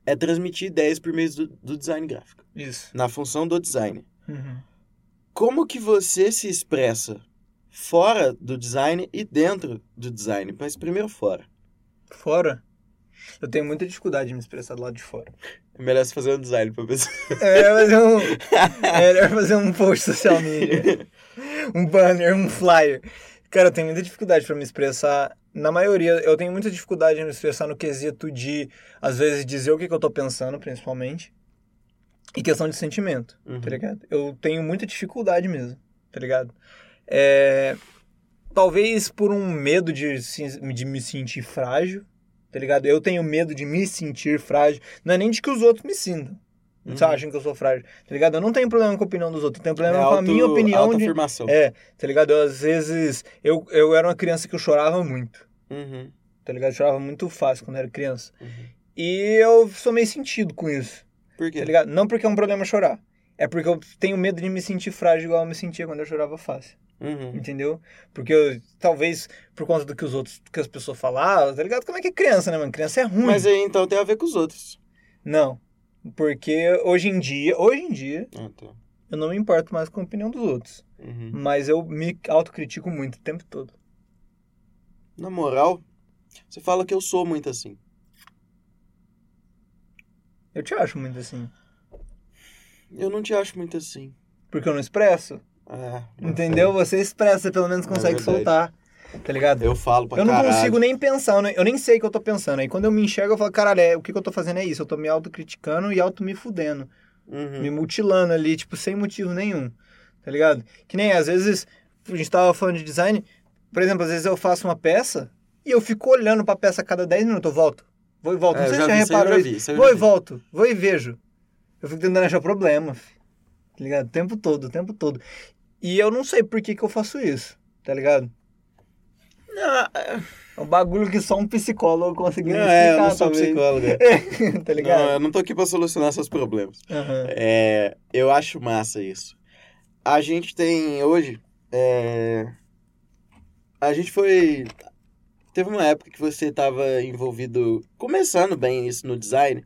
é transmitir ideias por meio do, do design gráfico,
isso.
na função do design
Uhum.
como que você se expressa fora do design e dentro do design, mas primeiro fora.
Fora, eu tenho muita dificuldade de me expressar do lado de fora.
É melhor você fazer um design pra
[laughs]
pessoa.
É melhor fazer um, é melhor fazer um post social media, um banner, um flyer. Cara, eu tenho muita dificuldade pra me expressar. Na maioria, eu tenho muita dificuldade em me expressar no quesito de, às vezes, dizer o que, que eu tô pensando, principalmente. E questão de sentimento,
Uhum.
tá ligado? Eu tenho muita dificuldade mesmo, tá ligado? É, Talvez por um medo de, se- de me sentir frágil, tá ligado? Eu tenho medo de me sentir frágil. Não é nem de que os outros me sintam.
Uhum.
Só acham que eu sou frágil, tá ligado? Eu não tenho problema com a opinião dos outros, eu tenho
É
problema com a minha
auto-
opinião de...
autoafirmação.
É, tá ligado? Eu, às vezes, eu, eu era uma criança que eu chorava muito,
Uhum,
tá ligado? Eu chorava muito fácil quando era criança.
uhum.
E eu sou meio sentido com isso,
Por quê?
tá ligado? Não porque é um problema chorar, é porque eu tenho medo de me sentir frágil igual eu me sentia quando eu chorava fácil,
Uhum.
entendeu? Porque eu, talvez por conta do que os outros, do que as pessoas falavam, tá ligado? Como é que é criança, né, mano? Criança é ruim.
Mas aí então tem a ver com os outros.
Não, porque hoje em dia, hoje em dia,
Ah, tá.
eu não me importo mais com a opinião dos outros.
Uhum.
Mas eu me autocritico muito o tempo todo.
Na moral, você fala que eu sou muito assim.
Eu te acho muito assim.
Eu não te acho muito assim.
Porque eu não expresso.
Ah,
Entendeu? Você expressa, pelo menos
É
consegue
verdade.
soltar. Tá ligado?
é, Eu falo pra
Eu não
caralho.
consigo nem pensar, eu nem- eu nem sei o que eu tô pensando. Aí quando eu me enxergo, eu falo, caralho, é, o que, que eu tô fazendo é isso. Eu tô me autocriticando e auto me fudendo.
Uhum.
Me mutilando ali, tipo, sem motivo nenhum. Tá ligado? Que nem às vezes, a gente tava falando de design. Por exemplo, às vezes eu faço uma peça e eu fico olhando pra peça a cada 10 minutos, eu volto. Vou e volto.
É,
não
eu
sei
já
se você
vi,
já
isso aí eu
reparou
já
isso.
vi, isso aí Então eu
Vou [laughs]
já
e
vi. [laughs]
volto, vou e vejo. Eu fico tentando achar problema, fi. tá ligado? O tempo todo, o tempo todo. E eu não sei por que que eu faço isso, tá ligado?
Não, é-
É um bagulho que só um psicólogo conseguiria
Não,
explicar,
é, eu não sou
talvez.
psicóloga.
[laughs] tá
Não, é.
ligado?
eu não tô aqui pra solucionar seus problemas.
Aham.
É, eu acho massa isso. A gente tem hoje. é, a gente foi. Teve uma época que você estava envolvido, começando bem isso no design.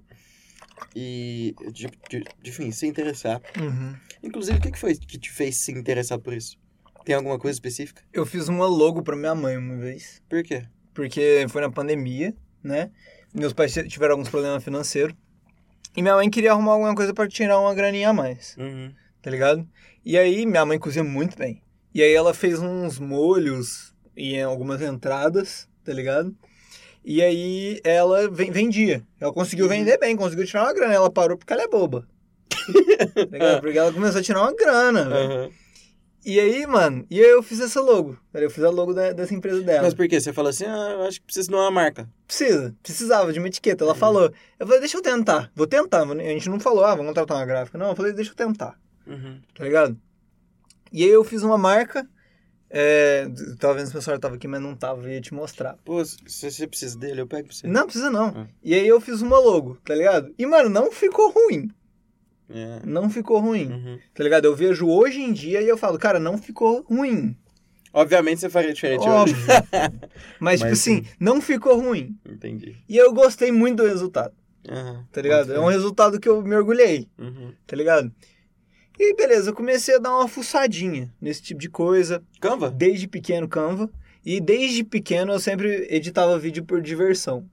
E, de, de, de, enfim, se interessar.
Uhum.
Inclusive, o que que foi que te fez se interessar por isso? Tem alguma coisa específica?
Eu fiz uma logo pra minha mãe uma vez.
Por quê?
porque foi na pandemia, né? Meus pais tiveram alguns problemas financeiros. E minha mãe queria arrumar alguma coisa pra tirar uma graninha a mais,
Uhum.
tá ligado? E aí minha mãe cozinha muito bem. E aí ela fez uns molhos e algumas entradas, tá ligado? E aí ela ven- vendia. Ela conseguiu vender bem, conseguiu tirar uma grana. Ela parou porque ela é boba. tá ligado? Porque ela começou a tirar uma grana.
Uhum.
velho. E aí, mano, e aí eu fiz essa logo. tá ligado? Eu fiz a logo da- dessa empresa dela.
Mas por quê? Você falou assim, ah, eu acho que precisa de uma marca.
Precisa, precisava de uma etiqueta. Ela falou. Eu falei, deixa eu tentar. Vou tentar. A gente não falou, ah, vamos contratar uma gráfica. Não, eu falei, deixa eu tentar.
Uhum.
Tá ligado? E aí eu fiz uma marca. É, tava vendo se o pessoal tava aqui, mas não tava, eu ia te mostrar.
Pô, se se você precisa dele, eu pego pra você.
Não, precisa não.
Hum.
E aí eu fiz uma logo, tá ligado? E, mano, não ficou ruim.
É.
Não ficou ruim,
Uhum.
tá ligado? Eu vejo hoje em dia e eu falo, cara, não ficou ruim.
Obviamente você faria diferente É hoje.
Óbvio. [laughs] mas, tipo
Mas,
assim, não ficou ruim.
Entendi.
E eu gostei muito do resultado,
Aham.
tá ligado? É um resultado que eu mergulhei.
Uhum.
tá ligado? E aí, beleza, eu comecei a dar uma fuçadinha nesse tipo de coisa,
Canva?
desde pequeno Canva, e desde pequeno eu sempre editava vídeo por diversão.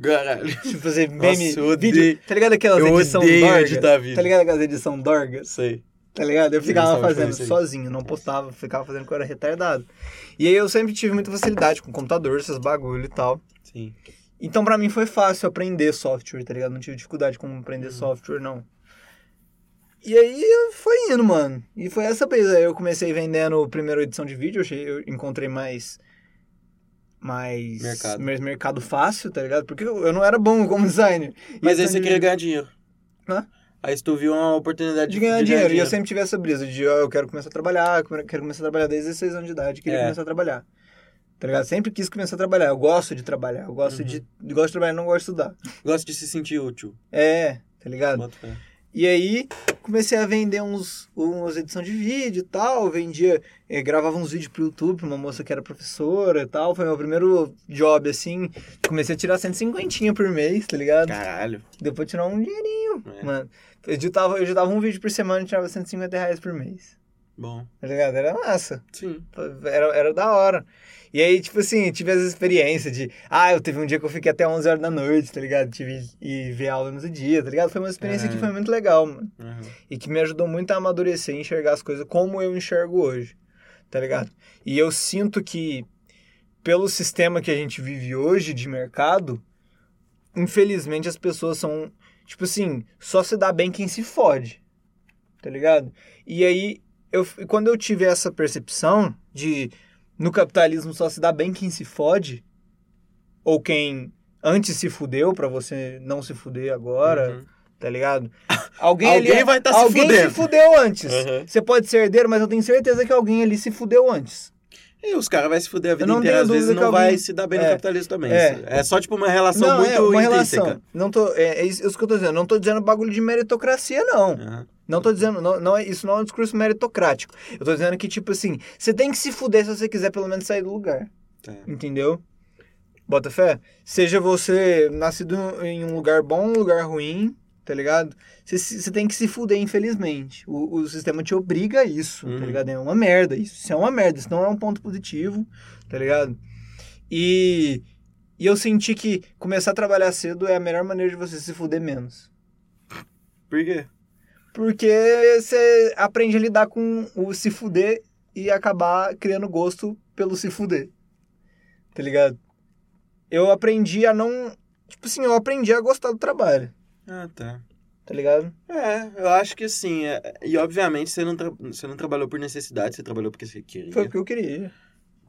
Caralho.
Tipo,
[laughs]
fazer
Nossa,
meme,
eu
vídeo,
odeio.
tá ligado aquelas
Eu um
edição
odeio
dorga?
editar vídeo.
Tá ligado aquelas edição dorga?
Sei.
Tá ligado? Eu
Eu
ficava
gostava de
fazendo
fazer isso aí.
sozinho, não postava, ficava fazendo que eu era retardado. E aí eu sempre tive muita facilidade com computador, esses bagulho e tal.
Sim.
Então, pra mim foi fácil aprender software, tá ligado? Não tive dificuldade com aprender
Uhum.
software, não. E aí foi indo, mano. E foi essa vez. Aí eu comecei vendendo a primeira edição de vídeo, eu, achei- eu encontrei mais mais
Mercado.
mais mercado fácil, tá ligado? Porque eu eu não era bom como designer. E
Mas
eu
aí você
sempre-
queria ganhar dinheiro.
Hã?
Aí se tu viu uma oportunidade
de ganhar dinheiro. E eu sempre tive essa brisa de, ó, eu quero começar a trabalhar, eu quero começar a trabalhar desde 16 anos de idade, queria
É.
começar a trabalhar. Tá ligado? Sempre quis começar a trabalhar. Eu gosto de trabalhar, eu gosto
Uhum.
de eu gosto de trabalhar, não gosto de estudar.
Gosto de se sentir útil.
É, tá ligado?
Bota fé.
E aí comecei a vender uns umas edições de vídeo e tal, vendia, eh, gravava uns vídeos pro YouTube, pra uma moça que era professora e tal, foi meu primeiro job assim, comecei a tirar 150 por mês, tá ligado?
Caralho.
Depois tirar um dinheirinho,
É.
mano. Eu editava, eu editava um vídeo por semana e tirava 150 reais por mês.
Bom.
Tá ligado? Era massa.
Sim.
Era, era da hora. E aí, tipo assim, eu tive as experiências de. Ah, eu teve um dia que eu fiquei até 11 horas da noite, tá ligado? Tive e ver aula no outro dia, tá ligado? Foi uma experiência que
Caralho.
foi muito legal, mano.
Uhum.
E que me ajudou muito a amadurecer e enxergar as coisas como eu enxergo hoje, tá ligado? E eu sinto que, pelo sistema que a gente vive hoje de mercado, infelizmente as pessoas são. Tipo assim, só se dá bem quem se fode, tá ligado? E aí eu, quando eu tive essa percepção de no capitalismo só se dá bem quem se fode, ou quem antes se fudeu pra você não se fuder agora,
Uhum.
tá ligado? Alguém,
Alguém
ali, é
vai tá se
alguém
fudendo.
se fudeu antes.
Uhum.
Você pode ser herdeiro, mas eu tenho certeza que alguém ali se fudeu antes.
E os caras vão se fuder a vida
não
inteira,
tenho
às vezes
dúvida
não
que
vai
alguém-
se dar bem
É.
no capitalismo também.
É.
É. só tipo uma relação
não,
muito
é uma
intrínseca.
relação. Não tô, é, é isso é isso que eu tô dizendo. Não tô dizendo bagulho de meritocracia, não.
Aham.
Não tô dizendo, não, não é, isso não é um discurso meritocrático. Eu tô dizendo que, tipo assim, você tem que se fuder se você quiser pelo menos sair do lugar.
Tá.
Entendeu? Bota fé? Seja você nascido em um lugar bom, um lugar ruim, tá ligado? Você se- você tem que se fuder, infelizmente. O, o sistema te obriga a isso, tá
Uhum.
ligado? É uma merda isso. Isso é uma merda. Isso não é um ponto positivo, tá ligado? E, e eu senti que começar a trabalhar cedo é a melhor maneira de você se fuder menos.
Por quê?
Porque você aprende a lidar com o se fuder e acabar criando gosto pelo se fuder. Tá ligado? Eu aprendi a não. Tipo assim, eu aprendi a gostar do trabalho.
Ah, tá.
Tá ligado?
É, eu acho que assim, é- e obviamente você não, tra- você não trabalhou por necessidade, você trabalhou porque você queria.
Foi o que eu queria.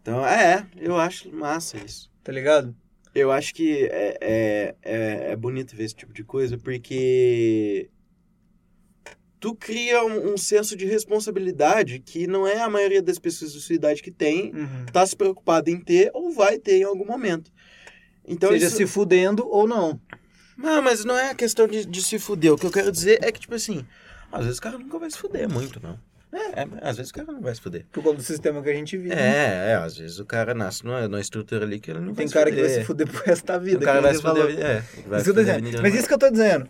Então, é, eu acho massa isso.
Tá ligado?
Eu acho que é, é, é, é bonito ver esse tipo de coisa, porque tu cria um, um senso de responsabilidade que não é a maioria das pessoas da sua idade que tem,
Uhum.
tá se preocupado em ter ou vai ter em algum momento. Então
Seja
isso...
se fudendo ou não.
Não, mas não é a questão de, de se fuder. O que eu quero dizer é que, tipo assim, às vezes o cara nunca vai se fuder muito, não. É, é, às vezes o cara não vai se fuder.
Por conta do sistema que a gente vive. né?
É, é, às vezes o cara nasce numa, numa estrutura ali que ele não vai
Tem
se
cara que
fuder.
vai se fuder pro resto da vida.
O cara
que
vai
nem
se
você
fuder.
falou.
É, vai
Isso que eu
se fuder
tô
a
dizendo.
vida inteira,
Mas isso que eu tô dizendo.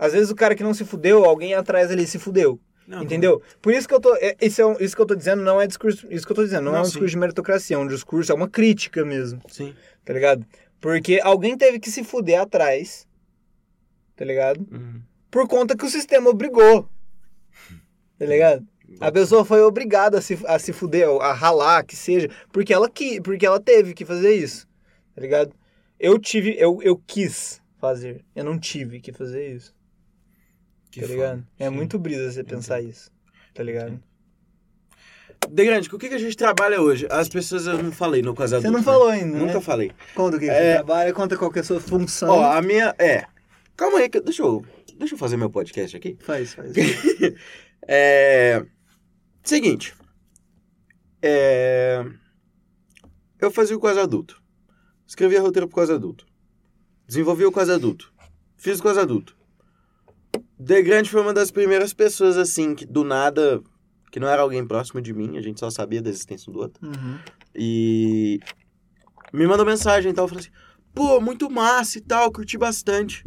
Às vezes o cara que não se fudeu, alguém atrás ali se fudeu.
Não,
Entendeu? Por isso que eu tô. é- esse é um- isso que eu tô dizendo não é discurso. Isso que eu tô dizendo, não, é
Não,
um
sim.
discurso de meritocracia, é um discurso, é uma crítica mesmo,
Sim.
tá ligado? Porque alguém teve que se fuder atrás, tá ligado?
Uhum.
Por conta que o sistema obrigou. Tá ligado? A pessoa foi obrigada a se, a se fuder, ou a ralar, que seja, porque ela que, porque ela teve que fazer isso. Tá ligado? Eu tive, eu, eu quis fazer. Eu não tive que fazer isso.
Que
tá
foda.
ligado? É
Sim.
muito brisa você pensar isso. Tá ligado?
De grande, com o que que a gente trabalha hoje? As pessoas eu não falei no caso
Você não falou ainda, né?
Nunca falei.
Conta o que
É.
você trabalha, conta qual que é a sua função.
Ó, a minha. É. Calma aí, que eu- deixa eu. Deixa eu fazer meu podcast aqui. [laughs]
Faz, faz.
É. Seguinte. É. Eu fazia o quase adulto. Escrevia roteiro pro quase adulto. Desenvolvi o quase adulto. Fiz o quase adulto. The Grande foi uma das primeiras pessoas, assim, que do nada. Que não era alguém próximo de mim, a gente só sabia da existência um do outro.
Uhum.
E me mandou mensagem e tal, falou assim: pô, muito massa e tal, curti bastante.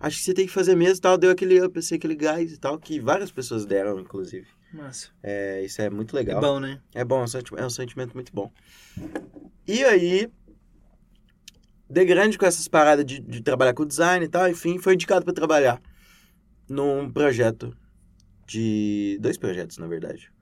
Acho que você tem que fazer mesmo e tal. Deu aquele up, assim, aquele gás e tal, que várias pessoas deram, inclusive.
Massa.
É, isso é muito
É
legal.
bom, né?
É bom, é um senti- é um sentimento muito bom. E aí, de grande com essas paradas de, de trabalhar com design e tal, enfim, foi indicado para trabalhar num projeto de. Dois projetos, na verdade.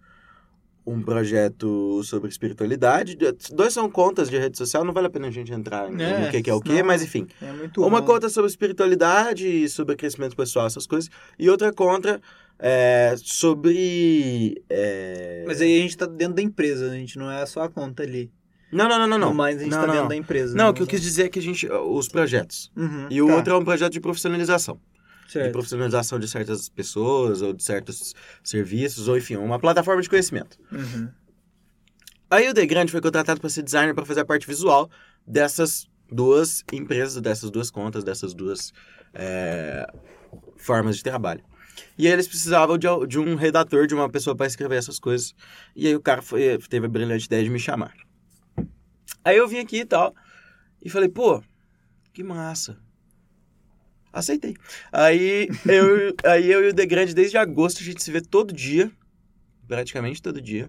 Um projeto sobre espiritualidade. de- Dois são contas de rede social, não vale a pena a gente entrar em
É,
no que, que é o que,
não.
mas enfim.
É muito
Uma
bom.
conta sobre espiritualidade, sobre crescimento pessoal, essas coisas. E outra conta é, sobre. é,
né? Mas aí é a gente tá dentro da empresa, a gente não é só a conta ali.
Não, não, não, não. Não,
Mas a gente
não,
tá
não,
dentro
não.
da empresa.
Não,
né?
o que eu quis dizer é que a gente. Os projetos.
Uhum,
E o
tá,
outro é um projeto de profissionalização. De
certo.
profissionalização de certas pessoas, ou de certos serviços, ou enfim, uma plataforma de conhecimento.
Uhum.
Aí o The Grande foi contratado para ser designer para fazer a parte visual dessas duas empresas, dessas duas contas, dessas duas é, formas de trabalho. E aí eles precisavam de, al- de um redator, de uma pessoa para escrever essas coisas. E aí o cara foi- teve a brilhante ideia de me chamar. Aí eu vim aqui e tal, e falei, pô, que massa. Aceitei. Aí eu, [laughs] aí eu e o The Grande, desde agosto, a gente se vê todo dia, praticamente todo dia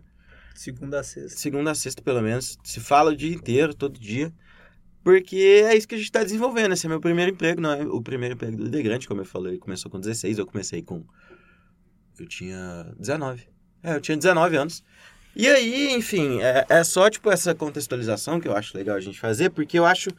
Segunda a sexta.
segunda a sexta, pelo menos. Se fala o dia inteiro, todo dia. Porque é isso que a gente está desenvolvendo. Esse é meu primeiro emprego, não é o primeiro emprego do Degrante, como eu falei. Começou com 16, eu comecei com. Eu tinha 19. É, eu tinha 19 anos. E aí, enfim, é, é só tipo essa contextualização que eu acho legal a gente fazer, porque eu acho.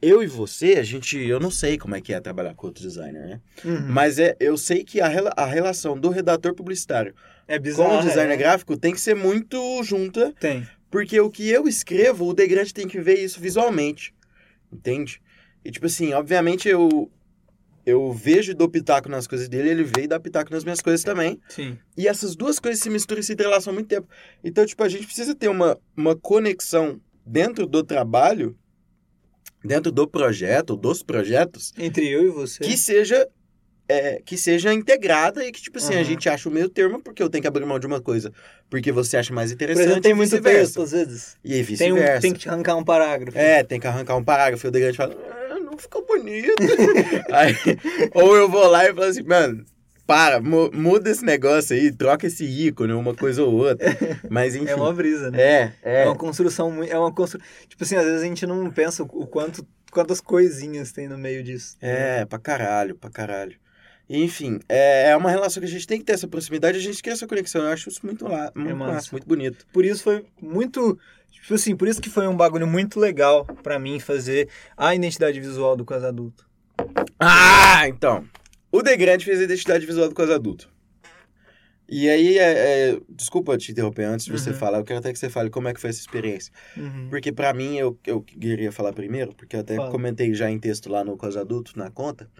Eu e você, a gente. Eu não sei como é que é trabalhar com outro designer, né?
Uhum.
Mas é, eu sei que a, rela- a relação do redator publicitário
é
com o
bizarro.
designer
é.
gráfico tem que ser muito junta
Tem.
porque o que eu escrevo, o Degrante tem que ver isso visualmente. Entende? E tipo assim, obviamente eu eu vejo e dou pitaco nas coisas dele, ele vê e dá pitaco nas minhas coisas também.
Sim.
E essas duas coisas se misturam e se entrelaçam há muito tempo. Então, tipo, a gente precisa ter uma, uma conexão dentro do trabalho, dentro do projeto, dos projetos,
Entre eu e você.
que seja é, que seja integrada e que tipo assim a
Aham.
gente acha o meio termo porque eu tenho que abrir mão de uma coisa porque você acha mais
Por
interessante
exemplo, tem muito
e vice-versa
texto, às vezes.
e aí
Tem, um,
vice-versa
tem que te arrancar um parágrafo.
é, tem que arrancar um parágrafo. E o Degrante fala, "Ah, não ficou bonito. [laughs] Aí, ou eu vou lá e falo assim, mano, para, mu- muda esse negócio aí, troca esse ícone, uma coisa ou outra. Mas enfim.
É uma brisa, né?
É, é.
É uma construção muito. É uma constru... Tipo assim, às vezes a gente não pensa o quanto, quantas coisinhas tem no meio disso.
É, pra caralho, pra caralho. Enfim, é, é uma relação que a gente tem que ter essa proximidade, a gente cria essa conexão. Eu acho isso muito, lá, muito
É massa.
massa, muito bonito.
Por isso foi muito. Tipo assim, por isso que foi um bagulho muito legal pra mim fazer a identidade visual do Casa Adulto.
Ah, então. O Degrante fez a identidade visual do Casa Adulto. E aí, é- é, desculpa te interromper antes de você
Uhum.
falar, eu quero até que você fale como é que foi essa experiência. Porque pra mim, eu, eu queria falar primeiro, porque eu até
Fala.
comentei já em texto lá no Quase Adulto, na conta,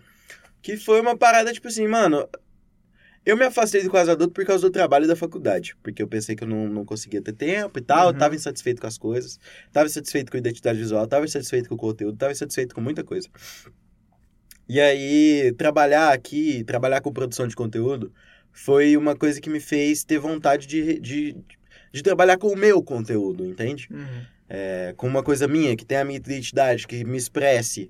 que foi uma parada tipo assim, mano. Eu me afastei do Quase Adulto por causa do trabalho da faculdade, porque eu pensei que eu não, não conseguia ter tempo e tal, eu
Uhum.
tava insatisfeito com as coisas, tava insatisfeito com a identidade visual, tava insatisfeito com o conteúdo, tava insatisfeito com muita coisa. E aí, trabalhar aqui, trabalhar com produção de conteúdo, foi uma coisa que me fez ter vontade de, de, de trabalhar com o meu conteúdo, entende?
Uhum.
é, com uma coisa minha, que tem a minha identidade, que me expresse.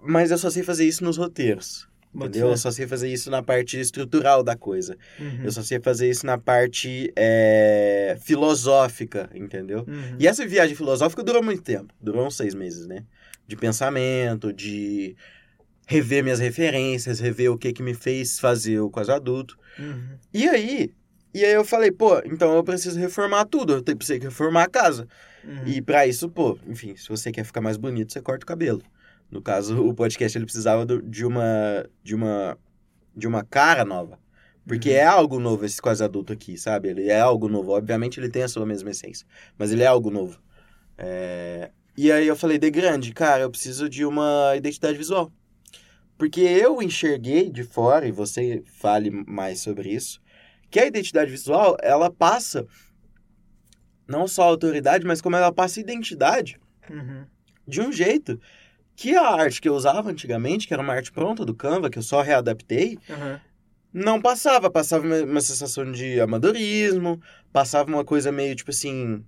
Mas eu só sei fazer isso nos roteiros,
Bota
entendeu? Eu
fé.
só sei fazer isso na parte estrutural da coisa.
Uhum.
Eu só sei fazer isso na parte é, filosófica, entendeu?
Uhum.
E essa viagem filosófica durou muito tempo. Durou uns seis meses, né? De pensamento, de rever minhas referências, rever o que que me fez fazer o quase adulto.
Uhum.
E aí, e aí eu falei, pô, então eu preciso reformar tudo, eu tenho preciso reformar a casa.
Uhum.
E pra isso, pô, enfim, se você quer ficar mais bonito, você corta o cabelo. No caso, [laughs] o podcast ele precisava do- de uma de uma de uma cara nova. Porque
Uhum.
é algo novo esse quase adulto aqui, sabe? Ele é algo novo. Obviamente ele tem a sua mesma essência, mas ele é algo novo. É, E aí eu falei, de grande, cara, eu preciso de uma identidade visual. Porque eu enxerguei de fora, e você fale mais sobre isso, que a identidade visual, ela passa não só a autoridade, mas como ela passa identidade
Uhum.
de um jeito que a arte que eu usava antigamente, que era uma arte pronta do Canva, que eu só readaptei,
Uhum.
não passava. Passava uma, uma sensação de amadorismo, passava uma coisa meio tipo assim.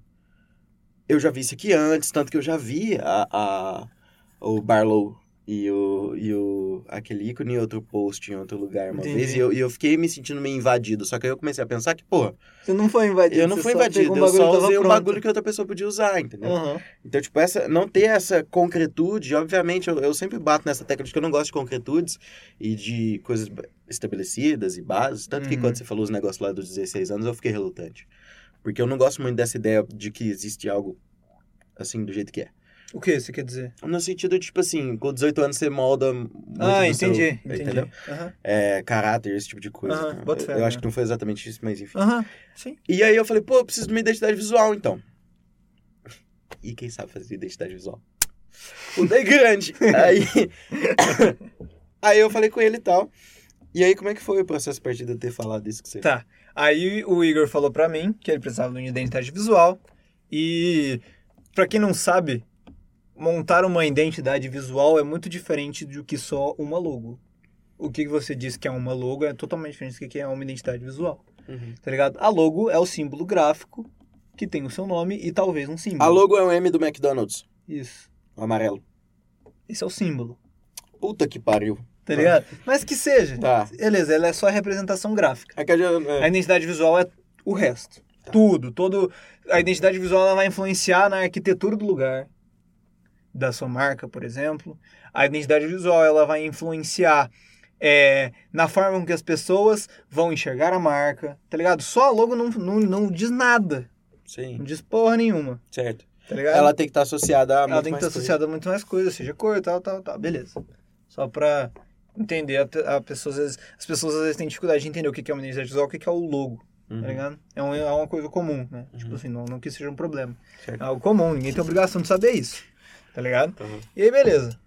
Eu já vi isso aqui antes, tanto que eu já vi a, a- o Barlow e o, e o aquele ícone em outro post em outro lugar uma
Entendi.
vez. E eu, e eu fiquei me sentindo meio invadido. Só que aí eu comecei a pensar que, porra,
Você não foi invadido.
eu não
você
fui
só
invadido,
pegou um
eu
bagulho
só
que tava
usei um
pronto.
bagulho que outra pessoa podia usar, entendeu?
Uhum.
Então, tipo, essa, não ter essa concretude, obviamente, eu, eu sempre bato nessa tecla de que eu não gosto de concretudes e de coisas ba- estabelecidas e bases. Tanto que
Uhum.
quando você falou os negócios lá dos 16 anos, eu fiquei relutante. Porque eu não gosto muito dessa ideia de que existe algo assim do jeito que é.
O que você quer dizer?
No sentido, tipo assim, com 18 anos você molda muito
ah,
do seu-
entendi. entendi.
entendeu?
Aham.
É, caráter, esse tipo de coisa.
Aham,
né?
bota fé,
eu acho
né?
que não foi exatamente isso, mas enfim.
Aham. Sim.
E aí eu falei, pô, eu preciso de uma identidade visual, então. E quem sabe fazer identidade visual? O Day Grande.
[laughs]
aí, aí eu falei com ele e tal. E aí, como é que foi o processo a partir de eu ter falado isso que você
Tá. Aí o Igor falou pra mim que ele precisava de uma identidade visual. E pra quem não sabe, montar uma identidade visual é muito diferente do que só uma logo. O que você diz que é uma logo é totalmente diferente do que é uma identidade visual.
Uhum.
Tá ligado? A logo é o símbolo gráfico que tem o seu nome e talvez um símbolo.
A logo é o M do McDonald's,
Isso.
o amarelo.
Esse é o símbolo.
Puta que pariu.
Tá ligado? Mas que seja.
Tá.
Beleza, ela é só a representação gráfica.
É que eu já- é.
A identidade visual é o resto.
Tá.
Tudo, todo. A identidade visual ela vai influenciar na arquitetura do lugar, da sua marca, por exemplo. A identidade visual ela vai influenciar é, na forma com que as pessoas vão enxergar a marca, tá ligado? Só a logo não, não, não diz nada,
Sim,
não diz porra nenhuma,
certo.
tá ligado?
Ela tem que estar associada a
Ela
muito
tem que
mais
estar
coisa.
associada tá a muito mais coisas, seja cor, tal, tal, tal. Beleza. Só pra entender, a, pe- a pessoa, às vezes, as pessoas às vezes têm dificuldade de entender o que que é uma identidade visual, o que que é o logo
Uhum.
tá ligado? É, um- é uma coisa comum, né? Tipo
Uhum.
assim, não, não que seja um problema.
Certo.
É algo comum, ninguém tem obrigação de saber isso, tá ligado?
Uhum.
E aí, beleza.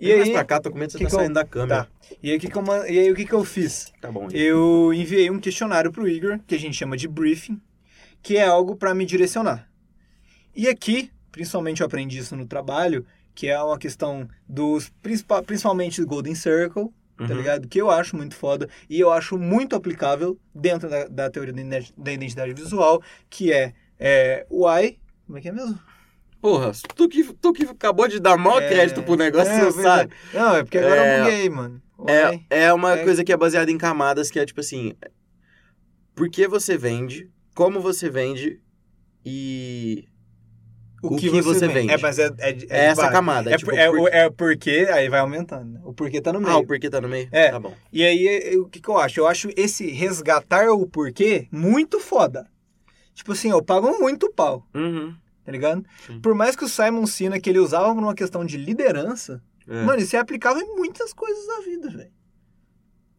E
Vem mais
aí,
pra cá, tô com medo de você
que
tá
que eu-
saindo da câmera.
tá. e aí, o que que eu, man- e aí o que que eu fiz?
Tá bom. hein?
Eu enviei um questionário pro Igor, que a gente chama de briefing, que é algo pra me direcionar. E aqui, principalmente eu aprendi isso no trabalho, que é uma questão dos, principal- principalmente do Golden Circle, tá
Uhum.
ligado? Que eu acho muito foda e eu acho muito aplicável dentro da, da teoria da iden- da identidade visual, que é, é o I. Como é que é mesmo?
Porra, tu que, tu que acabou de dar maior
É,
crédito pro negócio,
é,
você não sabe.
verdade. Não, é porque agora
É,
eu buguei, mano. O I.
É, é uma
É.
coisa que é baseada em camadas, que é tipo assim... Por que você vende, como você vende e... o que você vende.
É, mas é, é, de-
É
é de
essa
baixo.
camada.
É,
tipo,
por- é,
por-
o- é o porquê, aí vai aumentando. né? O porquê tá no meio.
Ah, o porquê tá no meio?
É.
Tá bom.
E aí, eu- o que, que eu acho? Eu acho esse resgatar o porquê muito foda. Tipo assim, eu pago muito pau.
Uhum.
tá ligado?
Sim.
Por mais que o Simon Sina que ele usava por uma questão de liderança,
É.
mano, isso é aplicável em muitas coisas da vida, velho.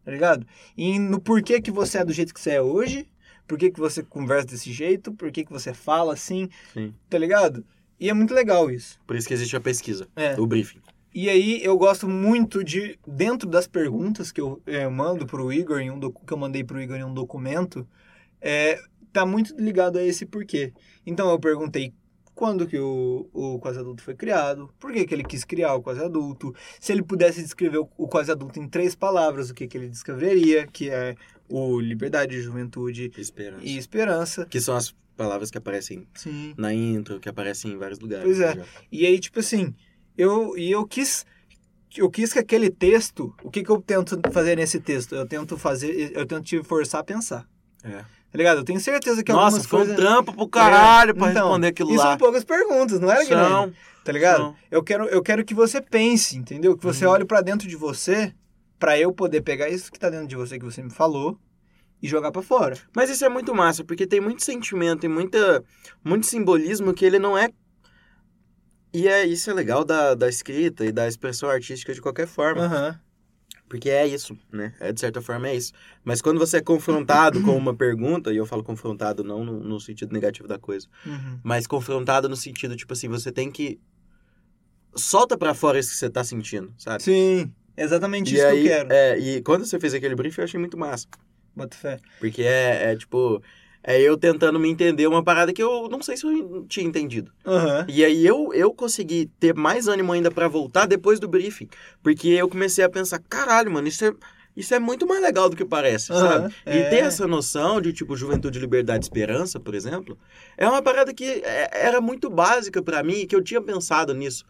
Tá ligado? E no porquê que você é do jeito que você é hoje, por que que você conversa desse jeito, por que que você fala assim,
Sim.
tá ligado? E é muito legal isso.
Por isso que existe a pesquisa,
É.
o briefing.
E aí eu gosto muito de, dentro das perguntas que eu eh, mando pro Igor, em um docu- que eu mandei pro Igor em um documento, é, tá muito ligado a esse porquê. Então eu perguntei quando que o, o Quase Adulto foi criado, por que, que ele quis criar o Quase Adulto, se ele pudesse descrever o, o Quase Adulto em três palavras, o que, que ele descreveria, que é o liberdade, juventude
Esperança.
e esperança.
Que são as palavras que aparecem
Sim.
na intro, que aparecem em vários lugares.
Pois é.
né, já.
E aí, tipo assim, eu, e eu quis. Eu quis que aquele texto. O que, que eu tento fazer nesse texto? Eu tento fazer. Eu tento te forçar a pensar.
É.
Tá ligado? Eu tenho certeza que
Nossa,
algumas
foi
coisas.
um trampo pro caralho pra
Então,
responder aquilo
E
lá.
são poucas perguntas, não era, Guilherme?
São,
Tá ligado?
são.
Eu, quero, eu quero que você pense, entendeu? Que você
Uhum.
olhe pra dentro de você, pra eu poder pegar isso que tá dentro de você, que você me falou, e jogar pra fora.
Mas isso é muito massa, porque tem muito sentimento e muita, muito simbolismo que ele não é. E é isso é legal da, da escrita e da expressão artística de qualquer forma.
Aham.
Porque é isso, né? É, de certa forma é isso. Mas quando você é confrontado com uma pergunta, e eu falo confrontado não no, no sentido negativo da coisa,
Uhum.
mas confrontado no sentido, tipo assim, você tem que. Solta pra fora isso que você tá sentindo, sabe?
Sim, é exatamente
E
isso
aí,
que eu quero.
é, e quando você fez aquele brief, eu achei muito massa.
Bota fé.
Porque é, é, tipo. É eu tentando me entender uma parada que eu não sei se eu tinha entendido.
Aham.
E aí eu, eu consegui ter mais ânimo ainda pra voltar depois do briefing. Porque eu comecei a pensar, caralho, mano, isso é, isso é muito mais legal do que parece, sabe?
Aham.
E ter essa noção de, tipo, juventude, liberdade e esperança, por exemplo, é uma parada que é- era muito básica pra mim e que eu tinha pensado nisso.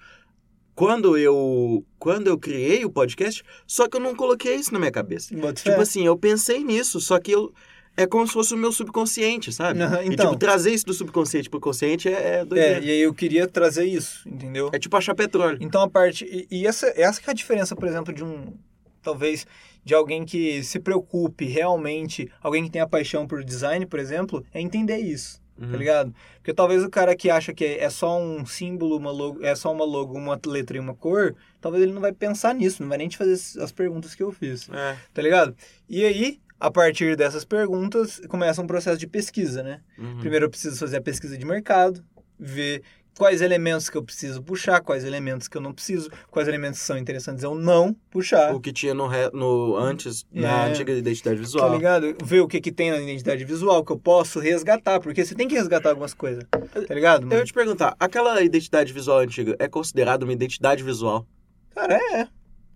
Quando eu, quando eu criei o podcast, só que eu não coloquei isso na minha cabeça.
Bota fé.
Tipo assim, eu pensei nisso, só que eu, é como se fosse o meu subconsciente, sabe?
Aham,
E,
então.
tipo, trazer isso do subconsciente pro consciente é, é
É,
doideira.
e aí eu queria trazer isso, entendeu?
É, tipo achar petróleo.
Então a parte. E, e essa, essa que é a diferença, por exemplo, de um. Talvez de alguém que se preocupe realmente, alguém que tenha paixão por design, por exemplo, é entender isso,
Uhum.
tá ligado? Porque talvez o cara que acha que é é só um símbolo, uma logo, é só uma logo, uma letra e uma cor, talvez ele não vai pensar nisso, não vai nem te fazer as- as perguntas que eu fiz
É.
tá ligado? E aí, a partir dessas perguntas, começa um processo de pesquisa, né?
Uhum.
Primeiro eu preciso fazer a pesquisa de mercado, ver quais elementos que eu preciso puxar, quais elementos que eu não preciso, quais elementos são interessantes eu não puxar.
O que tinha no, re- no antes, na
tá? É.
antiga identidade
Tá
visual.
ligado? Ver o que, que tem na identidade visual que eu posso resgatar, porque você tem que resgatar algumas coisas. Tá ligado?
Eu ia te perguntar, aquela identidade visual antiga é considerada uma identidade visual?
Cara, é.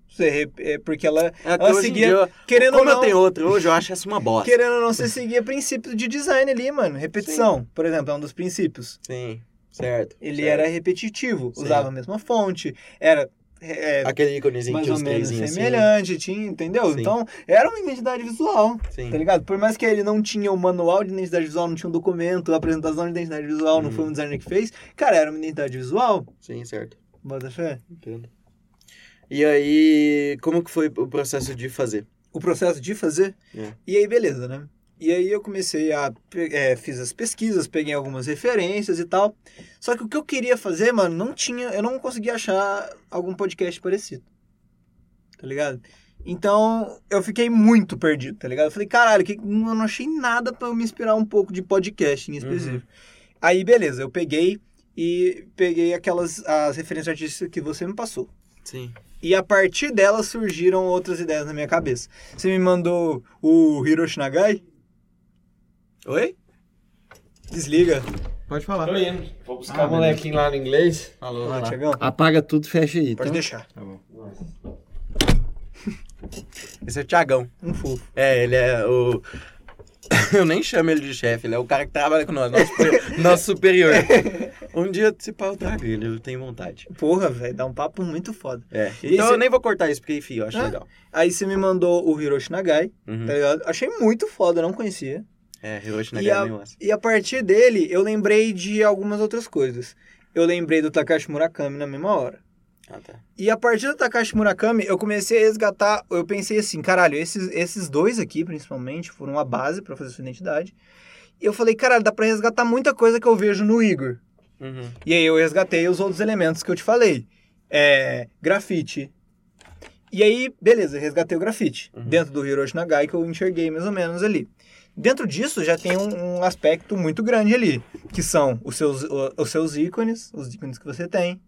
Você re- é porque ela,
É que
Ela
hoje em
seguia-
dia,
querendo ou
como eu
não,
tenho outra hoje, eu acho essa uma bosta.
querendo ou não, você seguia princípio de design ali, mano. Repetição, por exemplo, é um dos princípios.
Sim, certo.
Ele
certo.
era repetitivo,
Sim.
usava a mesma fonte, era é,
Aquele íconezinho que
mais
tinha
ou
os
menos
trezinhos assim.
semelhante, tinha, entendeu?
Sim.
Então, era uma identidade visual,
Sim.
tá ligado? Por mais que ele não tinha o manual de identidade visual, não tinha um documento, a apresentação de identidade visual, não
Hum.
foi um designer que fez, cara, era uma identidade visual,
Sim, certo.
bota fé.
Entendo. E aí, como que foi o processo de fazer?
O processo de fazer,
É.
e aí beleza, né? E aí eu comecei a, pe- é, fiz as pesquisas, peguei algumas referências e tal, só que o que eu queria fazer, mano, não tinha, eu não conseguia achar algum podcast parecido, tá ligado? Então, eu fiquei muito perdido, tá ligado? Eu falei, caralho, que... eu não achei nada pra eu me inspirar um pouco de podcast em específico. Aí, beleza, eu peguei e peguei aquelas as referências artísticas que você me passou.
Sim.
E a partir delas surgiram outras ideias na minha cabeça. Você me mandou o Hiroshi Nagai?
Oi?
Desliga.
Pode falar.
Tô indo. Vou buscar
Ah,
o molequinho lá no inglês.
Alô.
Olá, Tiagão.
Ah,
Apaga tudo, fecha aí.
então?
Pode
tá?
deixar.
Esse é o Tiagão.
Um fofo.
É, ele é o. [laughs] Eu nem chamo ele de chefe, ele é o cara que trabalha com nós, nosso, superior- nosso superior. Um dia, se pau, eu trago ele, eu tenho vontade.
Porra, velho, dá um papo muito foda.
É, então
Esse-
eu nem vou cortar isso, porque, enfim, eu acho
Ah.
legal.
Aí você me mandou o Hiroshi Nagai,
Uhum.
tá ligado? Achei muito foda, não conhecia.
É, Hiroshi
E
Nagano
a-
é meio massa.
E a partir dele, eu lembrei de algumas outras coisas. Eu lembrei do Takashi Murakami na mesma hora.
Ah, tá.
E a partir do Takashi Murakami, eu comecei a resgatar. Eu pensei assim, caralho, esses, esses dois aqui, principalmente, foram a base pra fazer sua identidade. E eu falei, caralho, dá pra resgatar muita coisa que eu vejo no Igor.
Uhum.
E aí eu resgatei os outros elementos que eu te falei. É, grafite. E aí, beleza, resgatei o grafite.
Uhum.
Dentro do Hiroshi Nagai, que eu enxerguei mais ou menos ali. Dentro disso, já tem um, um aspecto muito grande ali, que são os seus, o- os seus ícones, os ícones que você tem.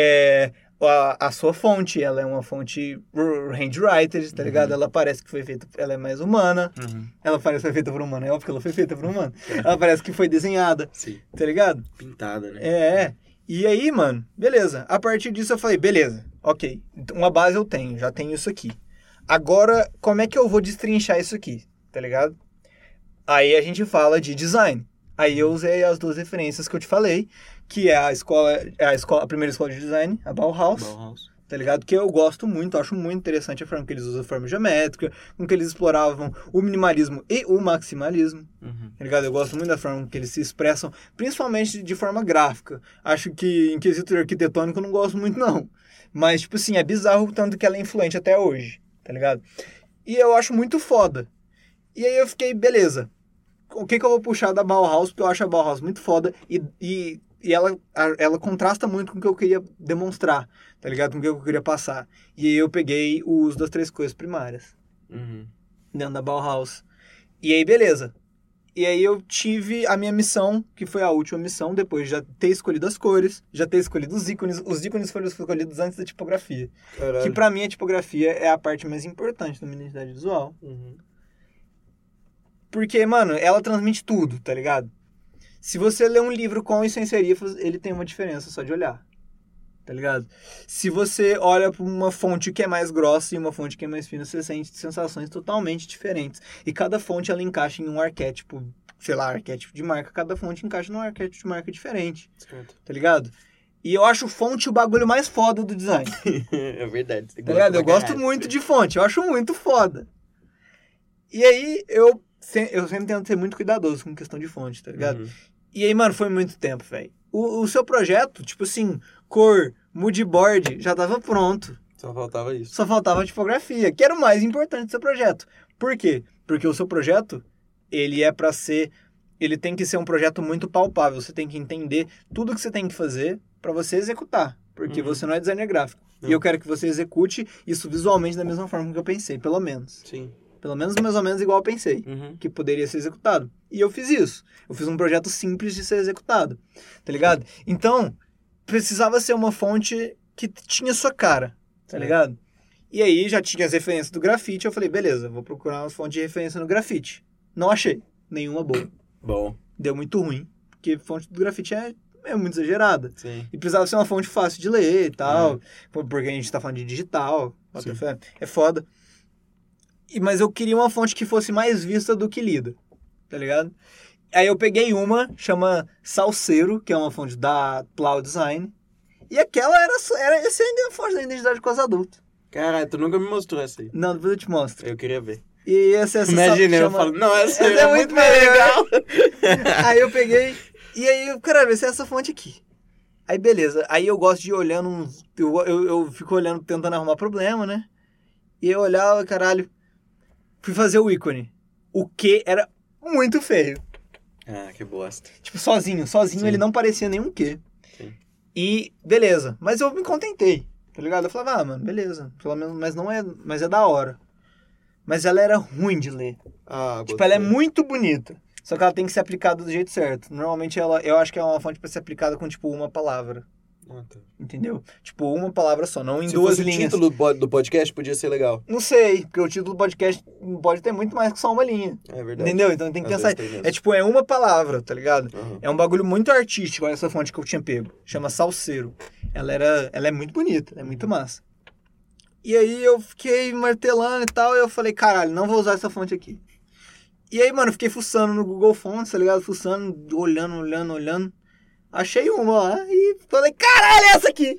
É, a, a sua fonte, ela é uma fonte r- handwriter, tá ligado? Ela parece que foi feita, ela é mais humana.
Uhum.
Ela parece que foi feita por humano, é óbvio que ela foi feita por humano. Ela parece que foi desenhada,
Sim.
tá ligado?
Pintada, né?
É, é. E aí, mano, beleza. A partir disso eu falei, beleza, ok. Então, Uma base eu tenho, já tenho isso aqui. Agora, como é que eu vou destrinchar isso aqui? Tá ligado? Aí a gente fala de design. Aí eu usei as duas referências que eu te falei, que é a escola, é a escola, a primeira escola de design, a Bauhaus,
Bauhaus.
tá ligado? Que eu gosto muito, acho muito interessante a forma que eles usam forma geométrica, com que eles exploravam o minimalismo e o maximalismo
Uhum.
tá ligado? Eu gosto muito da forma que eles se expressam, principalmente de forma gráfica. Acho que em quesito arquitetônico eu não gosto muito, não. Mas, tipo assim, é bizarro o tanto que ela é influente até hoje, tá ligado? E eu acho muito foda. E aí eu fiquei, beleza. O que, que eu vou puxar da Bauhaus? Porque eu acho a Bauhaus muito foda e, e, e ela, a- ela contrasta muito com o que eu queria demonstrar, tá ligado? Com o que eu queria passar. E aí eu peguei o uso das três coisas primárias
Uhum.
dentro da Bauhaus. E aí, beleza. E aí eu tive a minha missão, que foi a última missão, depois de já ter escolhido as cores, já ter escolhido os ícones. Os ícones foram escolhidos antes da tipografia. Que
Caralho.
pra mim a tipografia é a parte mais importante da minha identidade visual.
Uhum.
Porque, mano, ela transmite tudo, tá ligado? Se você lê um livro com e sem serifas, ele tem uma diferença só de olhar. Tá ligado? Se você olha pra uma fonte que é mais grossa e uma fonte que é mais fina, você sente sensações totalmente diferentes. E cada fonte ela encaixa em um arquétipo, sei lá, arquétipo de marca. Cada fonte encaixa num arquétipo de marca diferente,
Certo.
tá ligado? E eu acho fonte o bagulho mais foda do design.
[laughs] é verdade. Você
Tá ligado?
pra
Eu gosto
caralho.
muito de fonte, eu acho muito foda. E aí, eu, se- eu sempre tento ser muito cuidadoso com questão de fonte, tá ligado?
Uhum.
E aí, mano, foi muito tempo, velho. O, o seu projeto, tipo assim, cor, mood board, já tava pronto.
Só faltava isso.
Só faltava a tipografia, que era o mais importante do seu projeto. Por quê? Porque o seu projeto, ele é pra ser... Ele tem que ser um projeto muito palpável. Você tem que entender tudo que você tem que fazer pra você executar. Porque
Uhum.
você não é designer gráfico.
Não.
E eu quero que você execute isso visualmente da mesma forma que eu pensei, pelo menos.
Sim.
Pelo menos mais ou menos igual eu pensei
Uhum.
que poderia ser executado. E eu fiz isso. Eu fiz um projeto simples de ser executado, tá ligado? Então, precisava ser uma fonte que tinha sua cara, tá
Certo.
ligado? E aí já tinha as referências do grafite, eu falei, beleza, vou procurar uma fonte de referência no grafite. Não achei nenhuma boa.
Bom,
Deu muito ruim, porque fonte do grafite é, é muito exagerada.
sim.
E precisava ser uma fonte fácil de ler e tal.
É.
pô, Porque a gente tá falando de digital. bota
Sim.
fé, É foda. E, mas eu queria uma fonte que fosse mais vista do que lida. Tá ligado? Aí eu peguei uma, chama Salseiro, que é uma fonte da Plow Design. E aquela era, só- era essa ainda é a fonte da identidade com os adultos.
Caralho, tu nunca me mostrou essa aí.
Não, depois eu te mostro.
Eu queria ver.
E essa, essa
Imagina, eu
chama-
falo, não, essa,
Essa
é, muito mais legal.
aí eu peguei, e aí, eu, cara, vai ser essa fonte aqui. Aí beleza, aí eu gosto de ir olhando uns. Eu, eu, eu fico olhando, tentando arrumar problema, né? E eu olhava, caralho. Fui fazer o ícone. O que era muito feio.
[laughs] Ah, que bosta.
Tipo, sozinho. Sozinho
Sim.
ele não parecia nenhum que.
Sim.
E beleza. Mas eu me contentei, tá ligado? Eu falava, ah, mano, beleza. Pelo menos, mas não é. Mas é da hora. Mas ela era ruim de ler.
Ah,
Tipo, ela é muito bonita. Só que ela tem que ser aplicada do jeito certo. Normalmente ela, eu acho que é uma fonte pra ser aplicada com tipo uma palavra, entendeu? Tipo, uma palavra só, não
Em Ah,
em
tá. Se
duas
fosse o
linhas.
título do pod- do podcast, podia ser legal.
Não sei, porque o título do podcast pode ter muito mais que só uma linha.
É verdade.
Entendeu? Então tem que
Às
pensar.
vezes tem mesmo.
É tipo, é uma palavra, tá ligado?
Aham.
É um bagulho muito artístico essa fonte que eu tinha pego. Chama Salseiro. Ela era, ela é muito bonita, ela é muito massa. E aí eu fiquei martelando e tal, e eu falei, caralho, não vou usar essa fonte aqui. E aí, mano, eu fiquei fuçando no Google Fonts, tá ligado? Fuçando, olhando, olhando, olhando. Achei uma lá e falei, caralho, é essa aqui!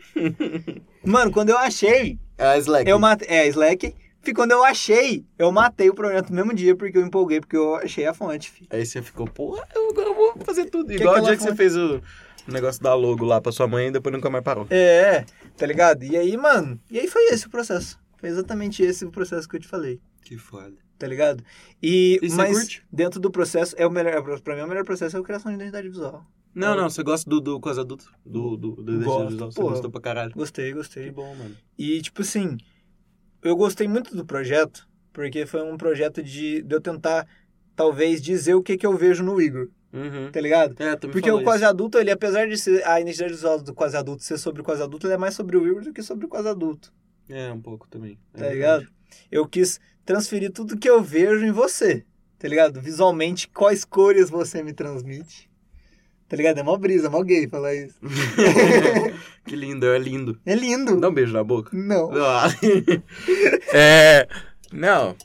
mano, quando eu achei,
É a Slack.
eu matei. É, Slack. Fi, Quando eu achei, eu matei o projeto no mesmo dia, porque eu empolguei, porque eu achei a fonte, fi.
Aí você ficou, porra, eu agora vou fazer tudo.
que
Igual o
aquela
dia que você
fonte?
fez o o negócio da logo lá pra sua mãe e depois nunca mais parou.
É, tá ligado? E aí, mano, e aí foi esse o processo. Foi exatamente esse o processo que eu te falei,
Que foda.
tá ligado? E,
E você
mas
curte?
dentro do processo, é o melhor, pra mim o melhor processo é a criação de identidade visual.
Não, não, você gosta do, do coisa adulto? Do, do, do do-
Gosto,
do- Você
pô.
gostou pra caralho.
Gostei,
Que
gostei.
bom, mano.
E tipo assim, eu gostei muito do projeto, porque foi um projeto de, de eu tentar talvez dizer o que que eu vejo no Igor,
Uhum.
tá ligado?
É, tu me
Porque
falou
o quase adulto, ele apesar de ser a identidade visual do quase adulto ser sobre o quase adulto, ele é mais sobre o Igor do que sobre o quase adulto.
isso. É, um pouco também. É
tá
verdade.
ligado? Eu quis transferir tudo que eu vejo em você, tá ligado? Visualmente, quais cores você me transmite, tá ligado? É mó brisa, é mó gay falar isso.
[laughs] que lindo, é lindo.
É lindo.
Dá um beijo na boca.
Não,
Ah. [laughs] é. Não.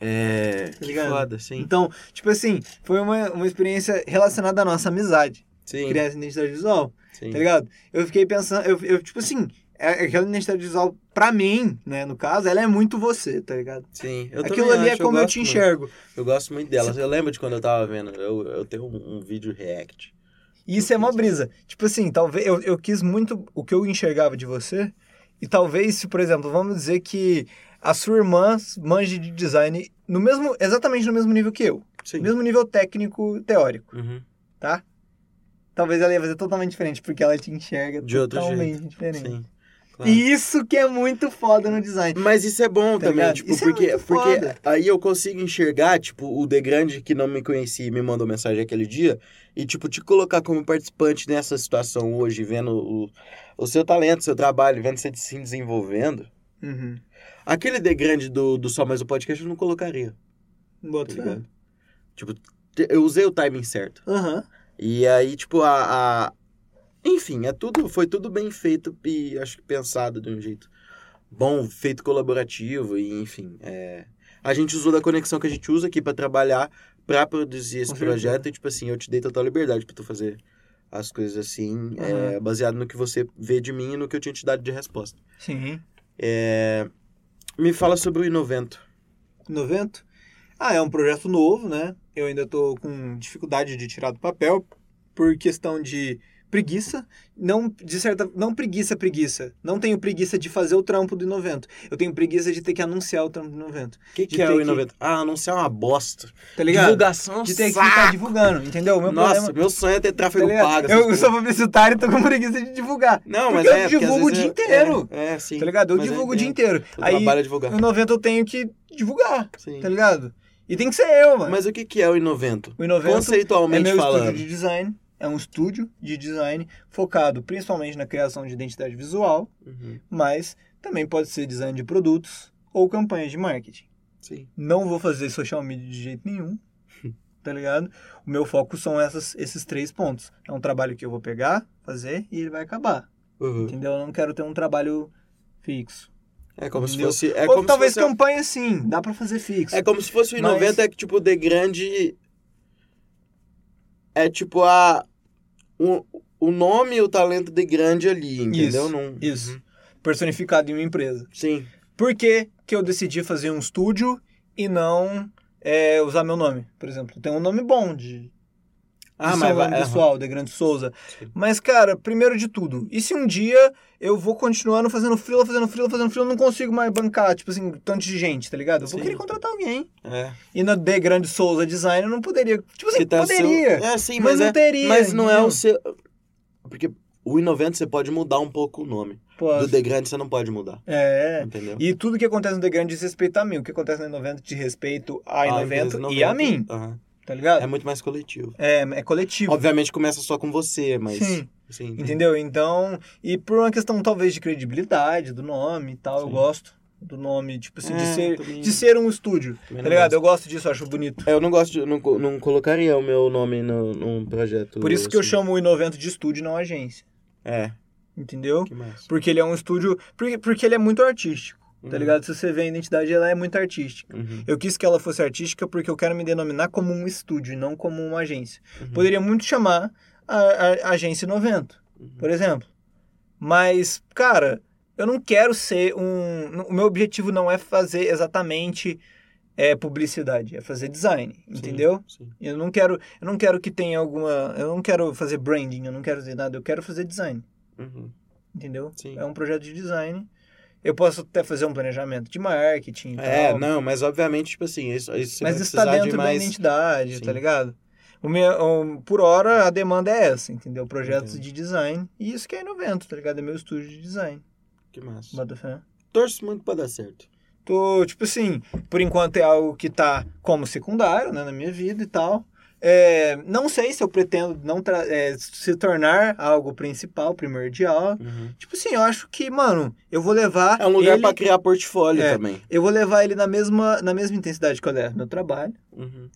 É.
Tá ligado?
Foda, sim.
Então, tipo assim, foi uma, uma experiência relacionada à nossa amizade,
Sim.
criar essa identidade visual,
sim.
tá ligado? Eu fiquei pensando, eu, eu tipo assim, é- aquela identidade visual, pra mim, né, no caso, ela é muito você, tá ligado?
Sim. Eu
Aquilo
também
ali é
acho,
como eu,
gosto
te
muito.
enxergo.
Eu gosto muito delas. Eu lembro de quando eu tava vendo. Eu, eu tenho um, um vídeo react.
E isso é uma brisa. Tipo assim, talvez eu, eu quis muito o que eu enxergava de você. E talvez, se, por exemplo, vamos dizer que a sua irmã manje de design no mesmo, exatamente no mesmo nível que eu.
Sim.
Mesmo nível técnico teórico.
Uhum.
Talvez ela ia fazer totalmente diferente, porque ela te enxerga
De outro
totalmente
jeito.
diferente.
Sim. Claro.
E isso que é muito foda no design.
Mas isso é bom
Tá
também,
ligado?
tipo,
Isso é
porque,
muito
porque
foda.
aí eu consigo enxergar, tipo, o De Grande que não me conhecia e me mandou mensagem aquele dia, e, tipo, te colocar como participante nessa situação hoje, vendo o, o seu talento, seu trabalho, vendo você se desenvolvendo.
Uhum.
Aquele De Grande do, do Só Mais o Podcast eu não colocaria, tá
Boto fé.
ligado? Tipo, te- eu usei o timing certo.
Aham.
E aí, tipo, a, a- Enfim, é tudo, foi tudo bem feito e acho que pensado de um jeito bom, feito colaborativo, e enfim. é, A gente usou da conexão que a gente usa aqui pra trabalhar, pra produzir esse
Com certeza.
projeto, e tipo assim, eu te dei total liberdade pra tu fazer as coisas assim, é, baseado no que você vê de mim e no que eu tinha te dado de resposta.
Sim.
Me fala sobre o Inovento.
90. Ah, é um projeto novo, né? Eu ainda tô com dificuldade de tirar do papel por questão de preguiça, não de certa, não preguiça, preguiça. Não tenho preguiça de fazer o trampo do Inovento. Eu tenho preguiça de ter que anunciar o trampo do Inovento.
O que,
De
que é
ter
o
que-
Inovento? Ah, anunciar uma bosta.
Tá ligado?
Divulgação
de ter que
saco.
ficar divulgando, entendeu? O meu
um Nossa,
problema,
meu sonho é ter
tá
tráfego
ligado?
pago.
Eu
essas coisas.
sou publicitário e tô com preguiça de divulgar.
Não,
porque
mas
eu
é, porque às
divulgo o
vezes
dia
eu-
inteiro.
É, é, sim.
Tá ligado? Eu
Mas
divulgo o dia
entendo.
inteiro.
Eu
Aí,
trabalho a divulgar.
no 90 eu tenho que divulgar,
Sim.
tá ligado? E tem que ser eu, mano.
Mas o que, que é o Inovento?
o Inovento é
Conceitualmente
meu
falando.
estúdio de design. É um estúdio de design focado principalmente na criação de identidade visual,
Uhum,
mas também pode ser design de produtos ou campanhas de marketing.
Sim.
Não vou fazer social media de jeito
[laughs]
nenhum, tá ligado? O meu foco são essas, esses três pontos. É um trabalho que eu vou pegar, fazer e ele vai acabar,
Uhum.
entendeu? Eu não quero ter um trabalho fixo.
É como se
Entendeu?
fosse. É
ou
como
talvez
se fosse
campanha sim, dá pra fazer fixo.
É como se fosse o
Mas-
Inovento, é que, tipo, de grande. É tipo a. O, o nome e o talento de grande ali, entendeu?
Isso,
Não- Uhum,
Isso. Personificado em uma empresa.
Sim.
Por que, que eu decidi fazer um estúdio e não é, usar meu nome, por exemplo? Tem um nome bom de,
Ah,
de
mas
seu
vai.
é nome
aham.
pessoal, de Grande Souza.
Sim.
Mas, cara, primeiro de tudo, e se um dia eu vou continuando fazendo frila, fazendo frila, fazendo frila, não consigo mais bancar, tipo assim, tanto de gente, tá ligado? Eu vou
Sim.
querer contratar alguém.
É.
E na The Grande Souza Design eu não poderia. Tipo assim,
Porque tá seu-
poderia.
É, sim,
mas,
mas,
não
é.
teria.
mas não é
entendeu?
o seu. Porque o Inovento você pode mudar um pouco o nome.
Pô,
Do The Grande você não pode mudar.
É.
Entendeu?
E tudo que acontece no The Grande diz respeito a mim. O que acontece na Inovento de respeito a
Ah,
Inovento
empresa
e a
90,
mim,
aham.
tá ligado?
É muito mais coletivo.
É, é coletivo.
Obviamente começa só com você, mas. uhum. Sim.
Sim, entendeu? Então, e por uma questão talvez de credibilidade, do nome e tal, eu
Sim.
gosto do nome, tipo assim, de,
É,
ser,
também-
de ser um estúdio,
também
tá
não
ligado?
gosto.
Eu gosto disso, eu acho bonito.
É, Eu não gosto, de- não, co- não colocaria o meu nome no, num projeto.
Por isso que eu
assim.
chamo o Inovento de estúdio, não agência,
É,
entendeu?
que mais?
Porque ele é um estúdio, porque, porque ele é muito artístico, tá
Uhum.
ligado? Se você vê a identidade, ela é muito artística.
Uhum,
Eu quis que ela fosse artística porque eu quero me denominar como um estúdio, e não como uma agência.
uhum,
Poderia muito chamar a, a- a agência Inovento.
uhum.
por exemplo. Mas, cara, eu não quero ser um. O meu objetivo não é fazer exatamente é, publicidade, é fazer design,
Sim,
entendeu?
sim.
Eu não quero, eu não quero que tenha alguma, eu não quero fazer branding, eu não quero fazer nada, eu quero fazer design,
Uhum,
entendeu?
Sim.
É um projeto de design. Eu posso até fazer um planejamento de marketing, e
É,
tal,
não, mas obviamente, tipo assim, isso, isso você
Então- mas
vai
isso tá
precisar
dentro
de
da
mais...
identidade,
Sim.
tá ligado? O meu, o- por hora, a demanda é essa, entendeu? Projetos
Entendo.
de design. E isso que é Inovento, tá ligado? É meu estúdio de design.
Que massa.
Bota fé.
Torço muito pra dar certo.
Tô, tipo assim, por enquanto é algo que tá como secundário, né, na minha vida e tal. É, não sei se eu pretendo não tra- é, se tornar algo principal, primordial. Tipo assim, eu acho que, mano, eu vou levar.
É um lugar
ele,
pra criar portfólio
É.
também.
Eu vou levar ele na mesma, na mesma intensidade que eu levo meu trabalho,
Uhum,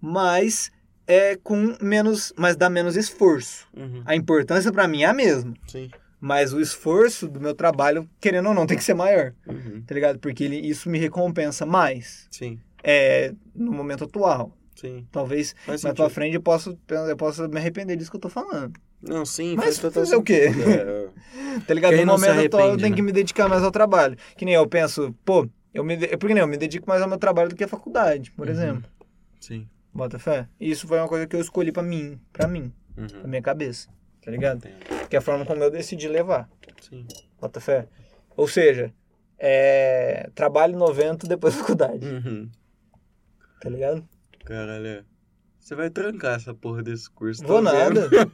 mas é com menos. Mas dá menos esforço.
uhum,
A importância pra mim é a mesma.
Sim.
Mas o esforço do meu trabalho, querendo ou não, tem que ser maior,
uhum,
tá ligado? Porque ele, isso me recompensa mais.
Sim,
é, no momento atual.
sim.
Talvez
Faz
mais
sentido.
pra frente eu posso, eu posso me arrepender disso que eu tô falando.
Não, sim,
Mas
faz total
fazer o quê?
sentido, é, é.
[laughs] Tá ligado?
Quem
no
não se
momento atual eu
arrepende,
tenho
né?
que me dedicar mais ao trabalho. Que nem eu penso, pô, eu me, de- é porque nem eu me dedico mais ao meu trabalho do que à faculdade, por
Uhum.
exemplo.
Sim.
Bota fé. E Isso foi uma coisa que eu escolhi pra mim, pra mim, pra
Uhum,
minha cabeça. Tá ligado?
entendo,
Que é a forma como eu decidi levar.
Sim.
Bota fé. Ou seja, é, trabalho 90 depois da faculdade,
Uhum.
tá ligado?
Caralho, é. você vai trancar essa porra desse curso.
Vou
tá vendo? [laughs]
nada.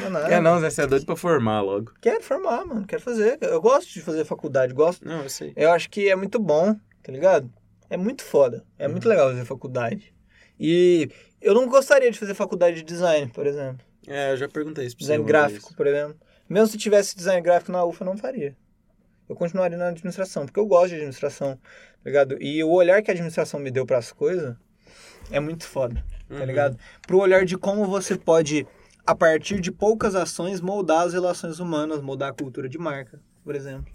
Vou nada.
É não, Zé, você é doido pra formar logo.
Quero formar, mano. Quero fazer. Eu gosto de fazer faculdade, gosto.
Não, eu sei.
Eu acho que é muito bom, tá ligado? É muito foda. É muito legal fazer faculdade. E eu não gostaria de fazer faculdade de design, por exemplo.
É, eu já perguntei isso pra você.
Design
uma
gráfico,
vez.
por exemplo. Mesmo se tivesse design gráfico na UFA, eu não faria. Eu continuaria na administração, porque eu gosto de administração, tá ligado? E o olhar que a administração me deu para as coisas é muito foda, tá
Uhum.
ligado? Pro olhar de como você pode, a partir de poucas ações, moldar as relações humanas, moldar a cultura de marca, por exemplo.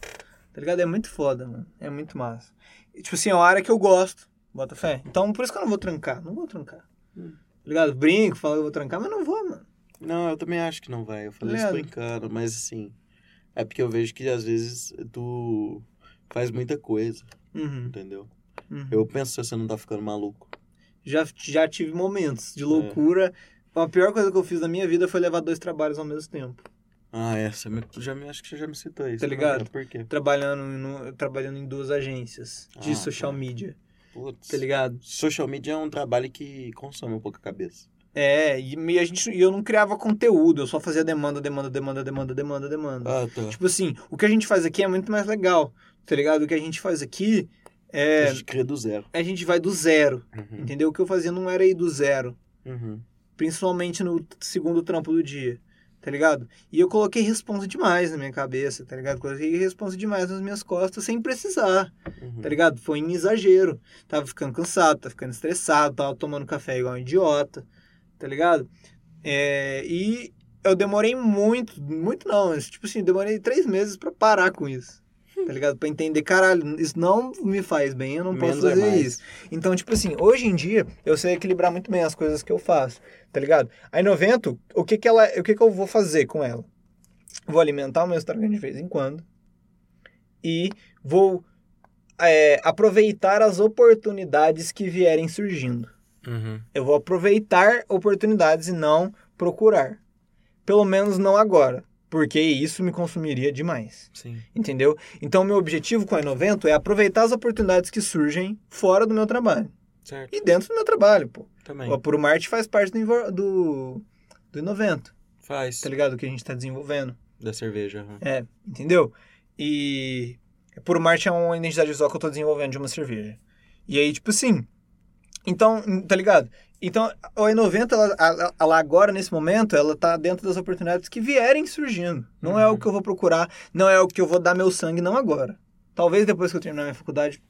Tá ligado? É muito foda, mano. É muito massa. E, tipo assim, é uma área que eu gosto, bota fé. Então, por isso que eu não vou trancar. Não vou trancar.
Hum.
Tá ligado? Brinco, falo que eu vou trancar, mas não vou, mano.
Não, eu também acho que não vai. Eu falei isso
Leandro.
brincando, mas assim. É porque eu vejo que às vezes tu faz muita coisa,
Uhum,
entendeu?
uhum.
Eu penso se você não tá ficando maluco.
Já, já
É.
tive momentos de loucura. A pior coisa que eu fiz na minha vida foi levar dois trabalhos ao mesmo tempo.
Ah, é. Você me, tu já me, acho que você já me citou isso.
Tá
eu não
ligado?
lembro Por quê?
Trabalhando, no- trabalhando em duas agências de
Ah,
social
tá.
media,
Putz.
tá ligado?
Social media é um trabalho que consome um pouco a cabeça.
É, e, e a gente, e eu não criava conteúdo, eu só fazia demanda, demanda, demanda, demanda, demanda, demanda.
Ah, tá.
Tipo assim, o que a gente faz aqui é muito mais legal, tá ligado? O que a gente faz aqui
A
é.
gente cria do zero.
A gente vai do zero,
Uhum.
entendeu? O que eu fazia não era ir do zero,
Uhum.
principalmente no segundo trampo do dia, tá ligado? E eu coloquei responsa demais na minha cabeça, tá ligado? Coloquei responsa demais nas minhas costas sem precisar,
Uhum.
tá ligado? Foi em exagero. Tava ficando cansado, tava ficando estressado, tava tomando café igual um idiota, tá ligado? É, e eu demorei muito, muito não, mas, tipo assim, eu demorei três meses pra parar com isso. Tá ligado? Pra entender, caralho, isso não me faz bem, eu não
Menos
posso
é
fazer
mais.
isso. Então, tipo assim, hoje em dia, eu sei equilibrar muito bem as coisas que eu faço, tá ligado? A Inovento, o que que ela, o que que eu vou fazer com ela? Vou alimentar o meu Instagram de vez em quando e vou é, aproveitar as oportunidades que vierem surgindo.
Uhum.
Eu vou aproveitar oportunidades e não procurar. Pelo menos não agora, porque isso me consumiria demais.
Sim.
Entendeu? Então, meu objetivo com a Inovento é aproveitar as oportunidades que surgem fora do meu trabalho.
Certo.
E dentro do meu trabalho, pô.
Também.
O Apuro Marte faz parte do, invo- do, do Inovento,
Faz.
tá ligado? Que a gente tá desenvolvendo.
Da cerveja. aham.
É, entendeu? E Puro Marte é uma identidade visual que eu tô desenvolvendo de uma cerveja. E aí, tipo assim. Então, tá ligado? Então, a E90, ela, ela- ela agora, nesse momento, ela tá dentro das oportunidades que vierem surgindo. Não é
Uhum.
o que eu vou procurar, não é o que eu vou dar meu sangue, não agora. Talvez depois que eu terminar minha faculdade,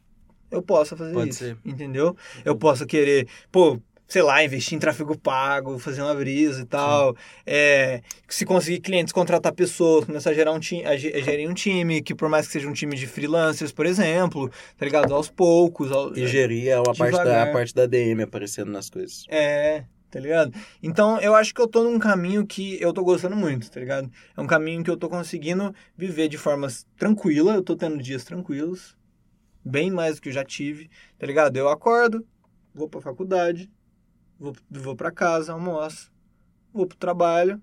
eu possa fazer
Pode
isso.
ser.
Entendeu? Eu possa querer, pô, sei lá, investir em tráfego pago, fazer uma brisa e tal. É, se conseguir clientes, contratar pessoas, começar a gerar um time, a ge- a gerir um time, que por mais que seja um time de freelancers, por exemplo, tá ligado? Aos poucos. ao-
E gerir é uma parte da,
Devagar.
a parte da DM aparecendo nas coisas.
É, tá ligado? Então eu acho que eu tô num caminho que eu tô gostando muito, tá ligado? É um caminho que eu tô conseguindo viver de forma tranquila, eu tô tendo dias tranquilos, bem mais do que eu já tive, tá ligado? Eu acordo, vou pra faculdade, vou, vou pra casa, almoço, vou pro trabalho.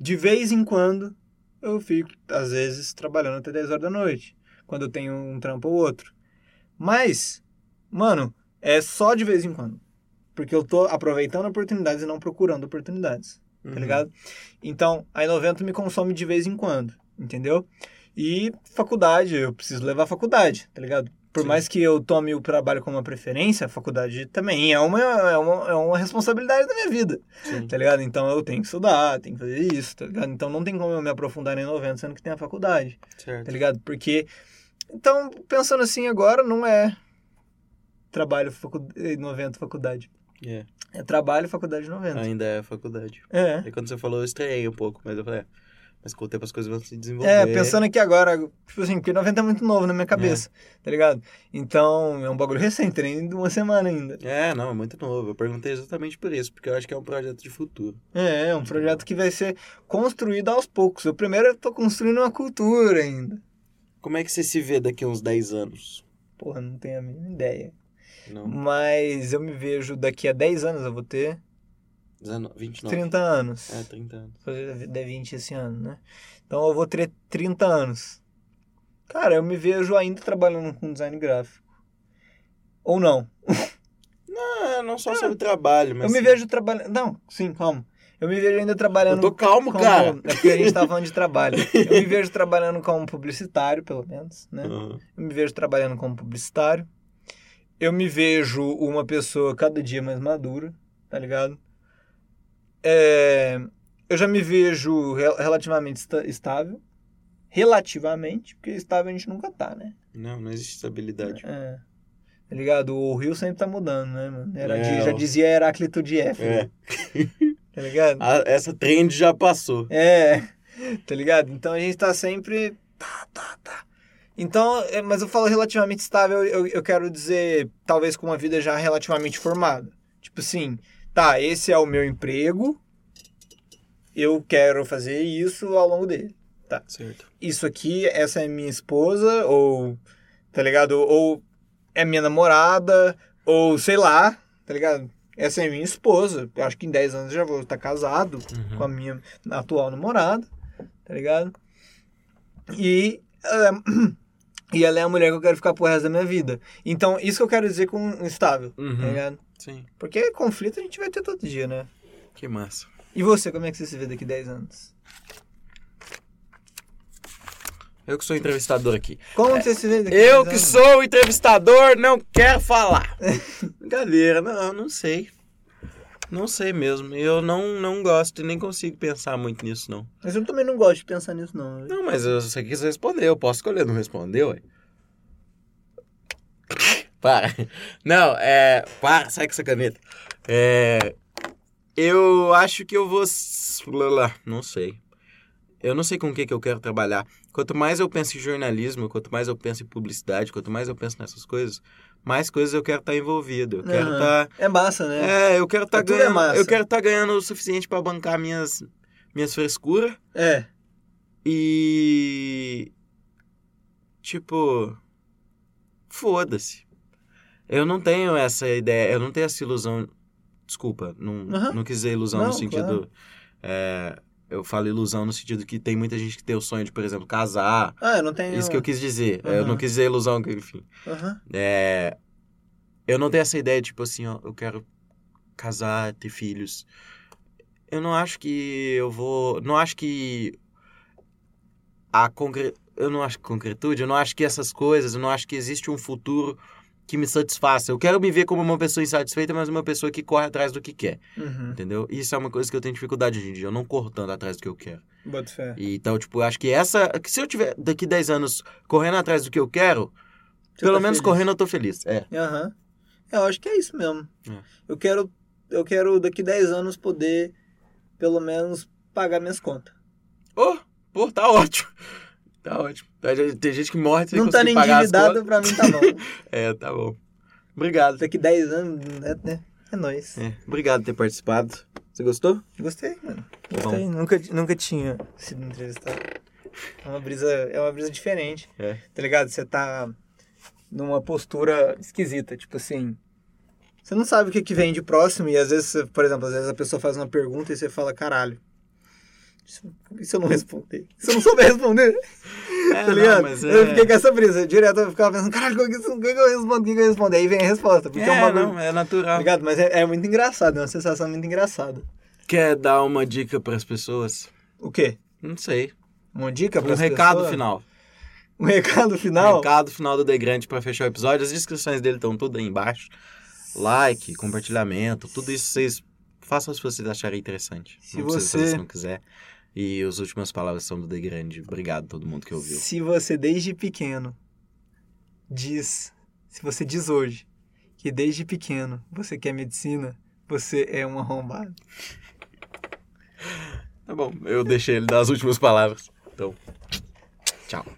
De vez em quando eu fico, às vezes, trabalhando até 10 horas da noite, quando eu tenho um trampo ou outro. Mas, mano, é só de vez em quando. Porque eu tô aproveitando oportunidades e não procurando oportunidades,
Uhum,
tá ligado? Então, a Inovento me consome de vez em quando, entendeu? E faculdade, eu preciso levar a faculdade, tá ligado? Por
Sim.
mais que eu tome o trabalho como uma preferência, a faculdade também é uma, é uma, é uma responsabilidade da minha vida,
Sim.
tá ligado? Então eu tenho que estudar, tenho que fazer isso, tá ligado? Então não tem como eu me aprofundar em 90 sendo que tem a faculdade,
Certo.
tá ligado? Porque. Então, pensando assim agora, não é trabalho, facu... 90, faculdade.
É.
É trabalho, faculdade 90.
Ainda é faculdade.
É.
Aí quando você falou, eu estranhei um pouco, mas eu falei, é, mas com o tempo as coisas vão se desenvolver.
É, pensando aqui agora, tipo assim, porque 90 é muito novo na minha cabeça, tá ligado? Então, é um bagulho recente, nem de uma semana ainda.
É, não, é muito novo. Eu perguntei exatamente por isso, porque eu acho que é um projeto de futuro.
É, é um projeto que vai ser construído aos poucos. Eu primeiro eu tô construindo uma cultura ainda.
Como é que você se vê daqui a uns 10 anos?
Porra, não tenho a mínima ideia.
Não,
Mas eu me vejo daqui a 10 anos, eu vou ter
19, 29.
30 anos.
É, 30 anos.
fazer der 20 esse ano, né? Então eu vou ter 30 anos. Cara, eu me vejo ainda trabalhando com design gráfico. Ou não.
Ah, Não, não só sobre trabalho, mas...
eu me vejo trabalhando. Não, sim, calma. Eu me vejo ainda trabalhando.
Eu tô calmo,
como...
cara.
É porque a gente tá falando de trabalho.
[laughs]
Eu me vejo trabalhando como publicitário, pelo menos, né?
Uhum.
Eu me vejo trabalhando como publicitário. Eu me vejo uma pessoa cada dia mais madura, tá ligado? É, eu já me vejo rel- relativamente esta- estável. Relativamente, porque estável a gente nunca tá, né?
Não, não existe estabilidade.
É. Tá ligado? O Rio sempre tá mudando, né, mano? Era
É,
de- já
o-
dizia Heráclito de F,
É,
tá ligado?
a- essa trend já passou.
É, [laughs] tá ligado? Então a gente tá sempre. Tá, tá, tá. Então, é, mas eu falo relativamente estável, eu, eu quero dizer, talvez com uma vida já relativamente formada. Tipo assim, tá, esse é o meu emprego, eu quero fazer isso ao longo dele.
Certo.
Isso aqui, essa é minha esposa, ou, tá ligado? Ou é minha namorada, ou sei lá, tá ligado? Essa é minha
Uhum.
esposa. Eu acho que em 10 anos eu já vou estar casado, com a minha atual namorada, tá ligado? E ela é, [clears throat] e ela é a mulher que eu quero ficar pro resto da minha vida. Então, isso que eu quero dizer com instável, tá
Uhum.
ligado?
Sim.
Porque conflito a gente vai ter todo dia, né?
Que massa.
E você, como é que você se vê daqui 10 anos?
Eu que sou entrevistador aqui.
Como você se vê daqui 10
Eu
anos?
que sou o entrevistador, não quero falar. [laughs] Brincadeira, não, não sei. Não sei mesmo. Eu não, não gosto e nem consigo pensar muito nisso, não.
Mas eu também não gosto de pensar nisso, não.
Não, mas eu- você quis responder, eu posso escolher não responder, ué. [laughs] Para. Não, é. Para, sai com essa caneta. É. Eu acho que eu vou. s- lá, lá, Não sei. Eu não sei com o que, que eu quero trabalhar. Quanto mais eu penso em jornalismo, quanto mais eu penso em publicidade, quanto mais eu penso nessas coisas, mais coisas eu quero estar envolvido. Eu quero
Aham.
estar.
É massa, né?
É, eu quero estar
Tudo é
ganhando.
massa.
eu quero estar ganhando o suficiente para bancar minhas, minhas frescuras.
É.
E. Tipo. Foda-se. Eu não tenho essa ideia, eu não tenho essa ilusão. Desculpa, não,
Aham.
não quis dizer ilusão
Não,
no sentido.
claro.
é, eu falo ilusão no sentido que tem muita gente que tem o sonho de, por exemplo, casar.
Ah, eu não tenho.
Isso que eu quis dizer. Eu não
Aham.
quis dizer ilusão, que- enfim.
Aham.
É, eu não tenho essa ideia, tipo assim, ó, eu quero casar, ter filhos. Eu não acho que eu vou. Não acho que. A concre... Eu não acho que concretude, eu não acho que essas coisas, eu não acho que existe um futuro que me satisfaça. Eu quero me ver como uma pessoa insatisfeita, mas uma pessoa que corre atrás do que quer,
Uhum.
entendeu? Isso é uma coisa que eu tenho dificuldade hoje em dia. Eu não corro tanto atrás do que eu quero.
Boto fé.
E, então, tipo, eu acho que essa. que Se eu tiver daqui 10 anos correndo atrás do que eu quero,
Você
pelo
tá
menos
feliz?
correndo eu tô feliz. É.
Aham. É, Eu acho que é isso mesmo.
É.
Eu quero. Eu quero daqui 10 anos poder, pelo menos, pagar minhas contas.
Ô, pô, tá ótimo. Tá ótimo. Tá, gente- Tem gente que morre sem
não tá
conseguir
nem
pagar as
endividado, pra mim tá
[laughs]
bom.
contas. É, tá bom. Obrigado.
daqui 10 anos, né? né? É nóis.
É, obrigado por ter participado. Você gostou?
Gostei, mano.
bom.
Gostei. Nunca, nunca tinha sido entrevistado. É uma brisa, é uma brisa diferente.
É.
Tá ligado? Você tá numa postura esquisita, tipo assim. Você não sabe o que, que vem de próximo e às vezes, você- por exemplo, às vezes a pessoa faz uma pergunta e você fala, caralho. isso- E se eu não responder? Se eu não souber responder,
É,
tá ligado?
mas é.
Eu fiquei com essa brisa. Direto eu ficava pensando, caralho, o que, que- o que que eu respondo? O que, que eu respondo? Aí vem a resposta. Porque é, um bagulho.
não, é
Tá
natural.
ligado? Mas é, é muito engraçado, é uma sensação muito engraçada.
Quer dar uma dica pras pessoas?
O quê?
Não sei.
Uma dica para
Um recado final.
Um recado
Um
final?
recado final do The Grande pra fechar o episódio. As descrições dele estão tudo aí embaixo. Like, compartilhamento, tudo isso vocês façam se vocês acharem interessante.
Se
não precisa
você-
fazer se não quiser. E as últimas palavras são do The Grande. Obrigado a todo mundo que ouviu.
Se você desde pequeno diz, se você diz hoje que desde pequeno você quer medicina, você é um arrombado.
Tá bom, eu deixei ele dar as últimas palavras. Então, tchau.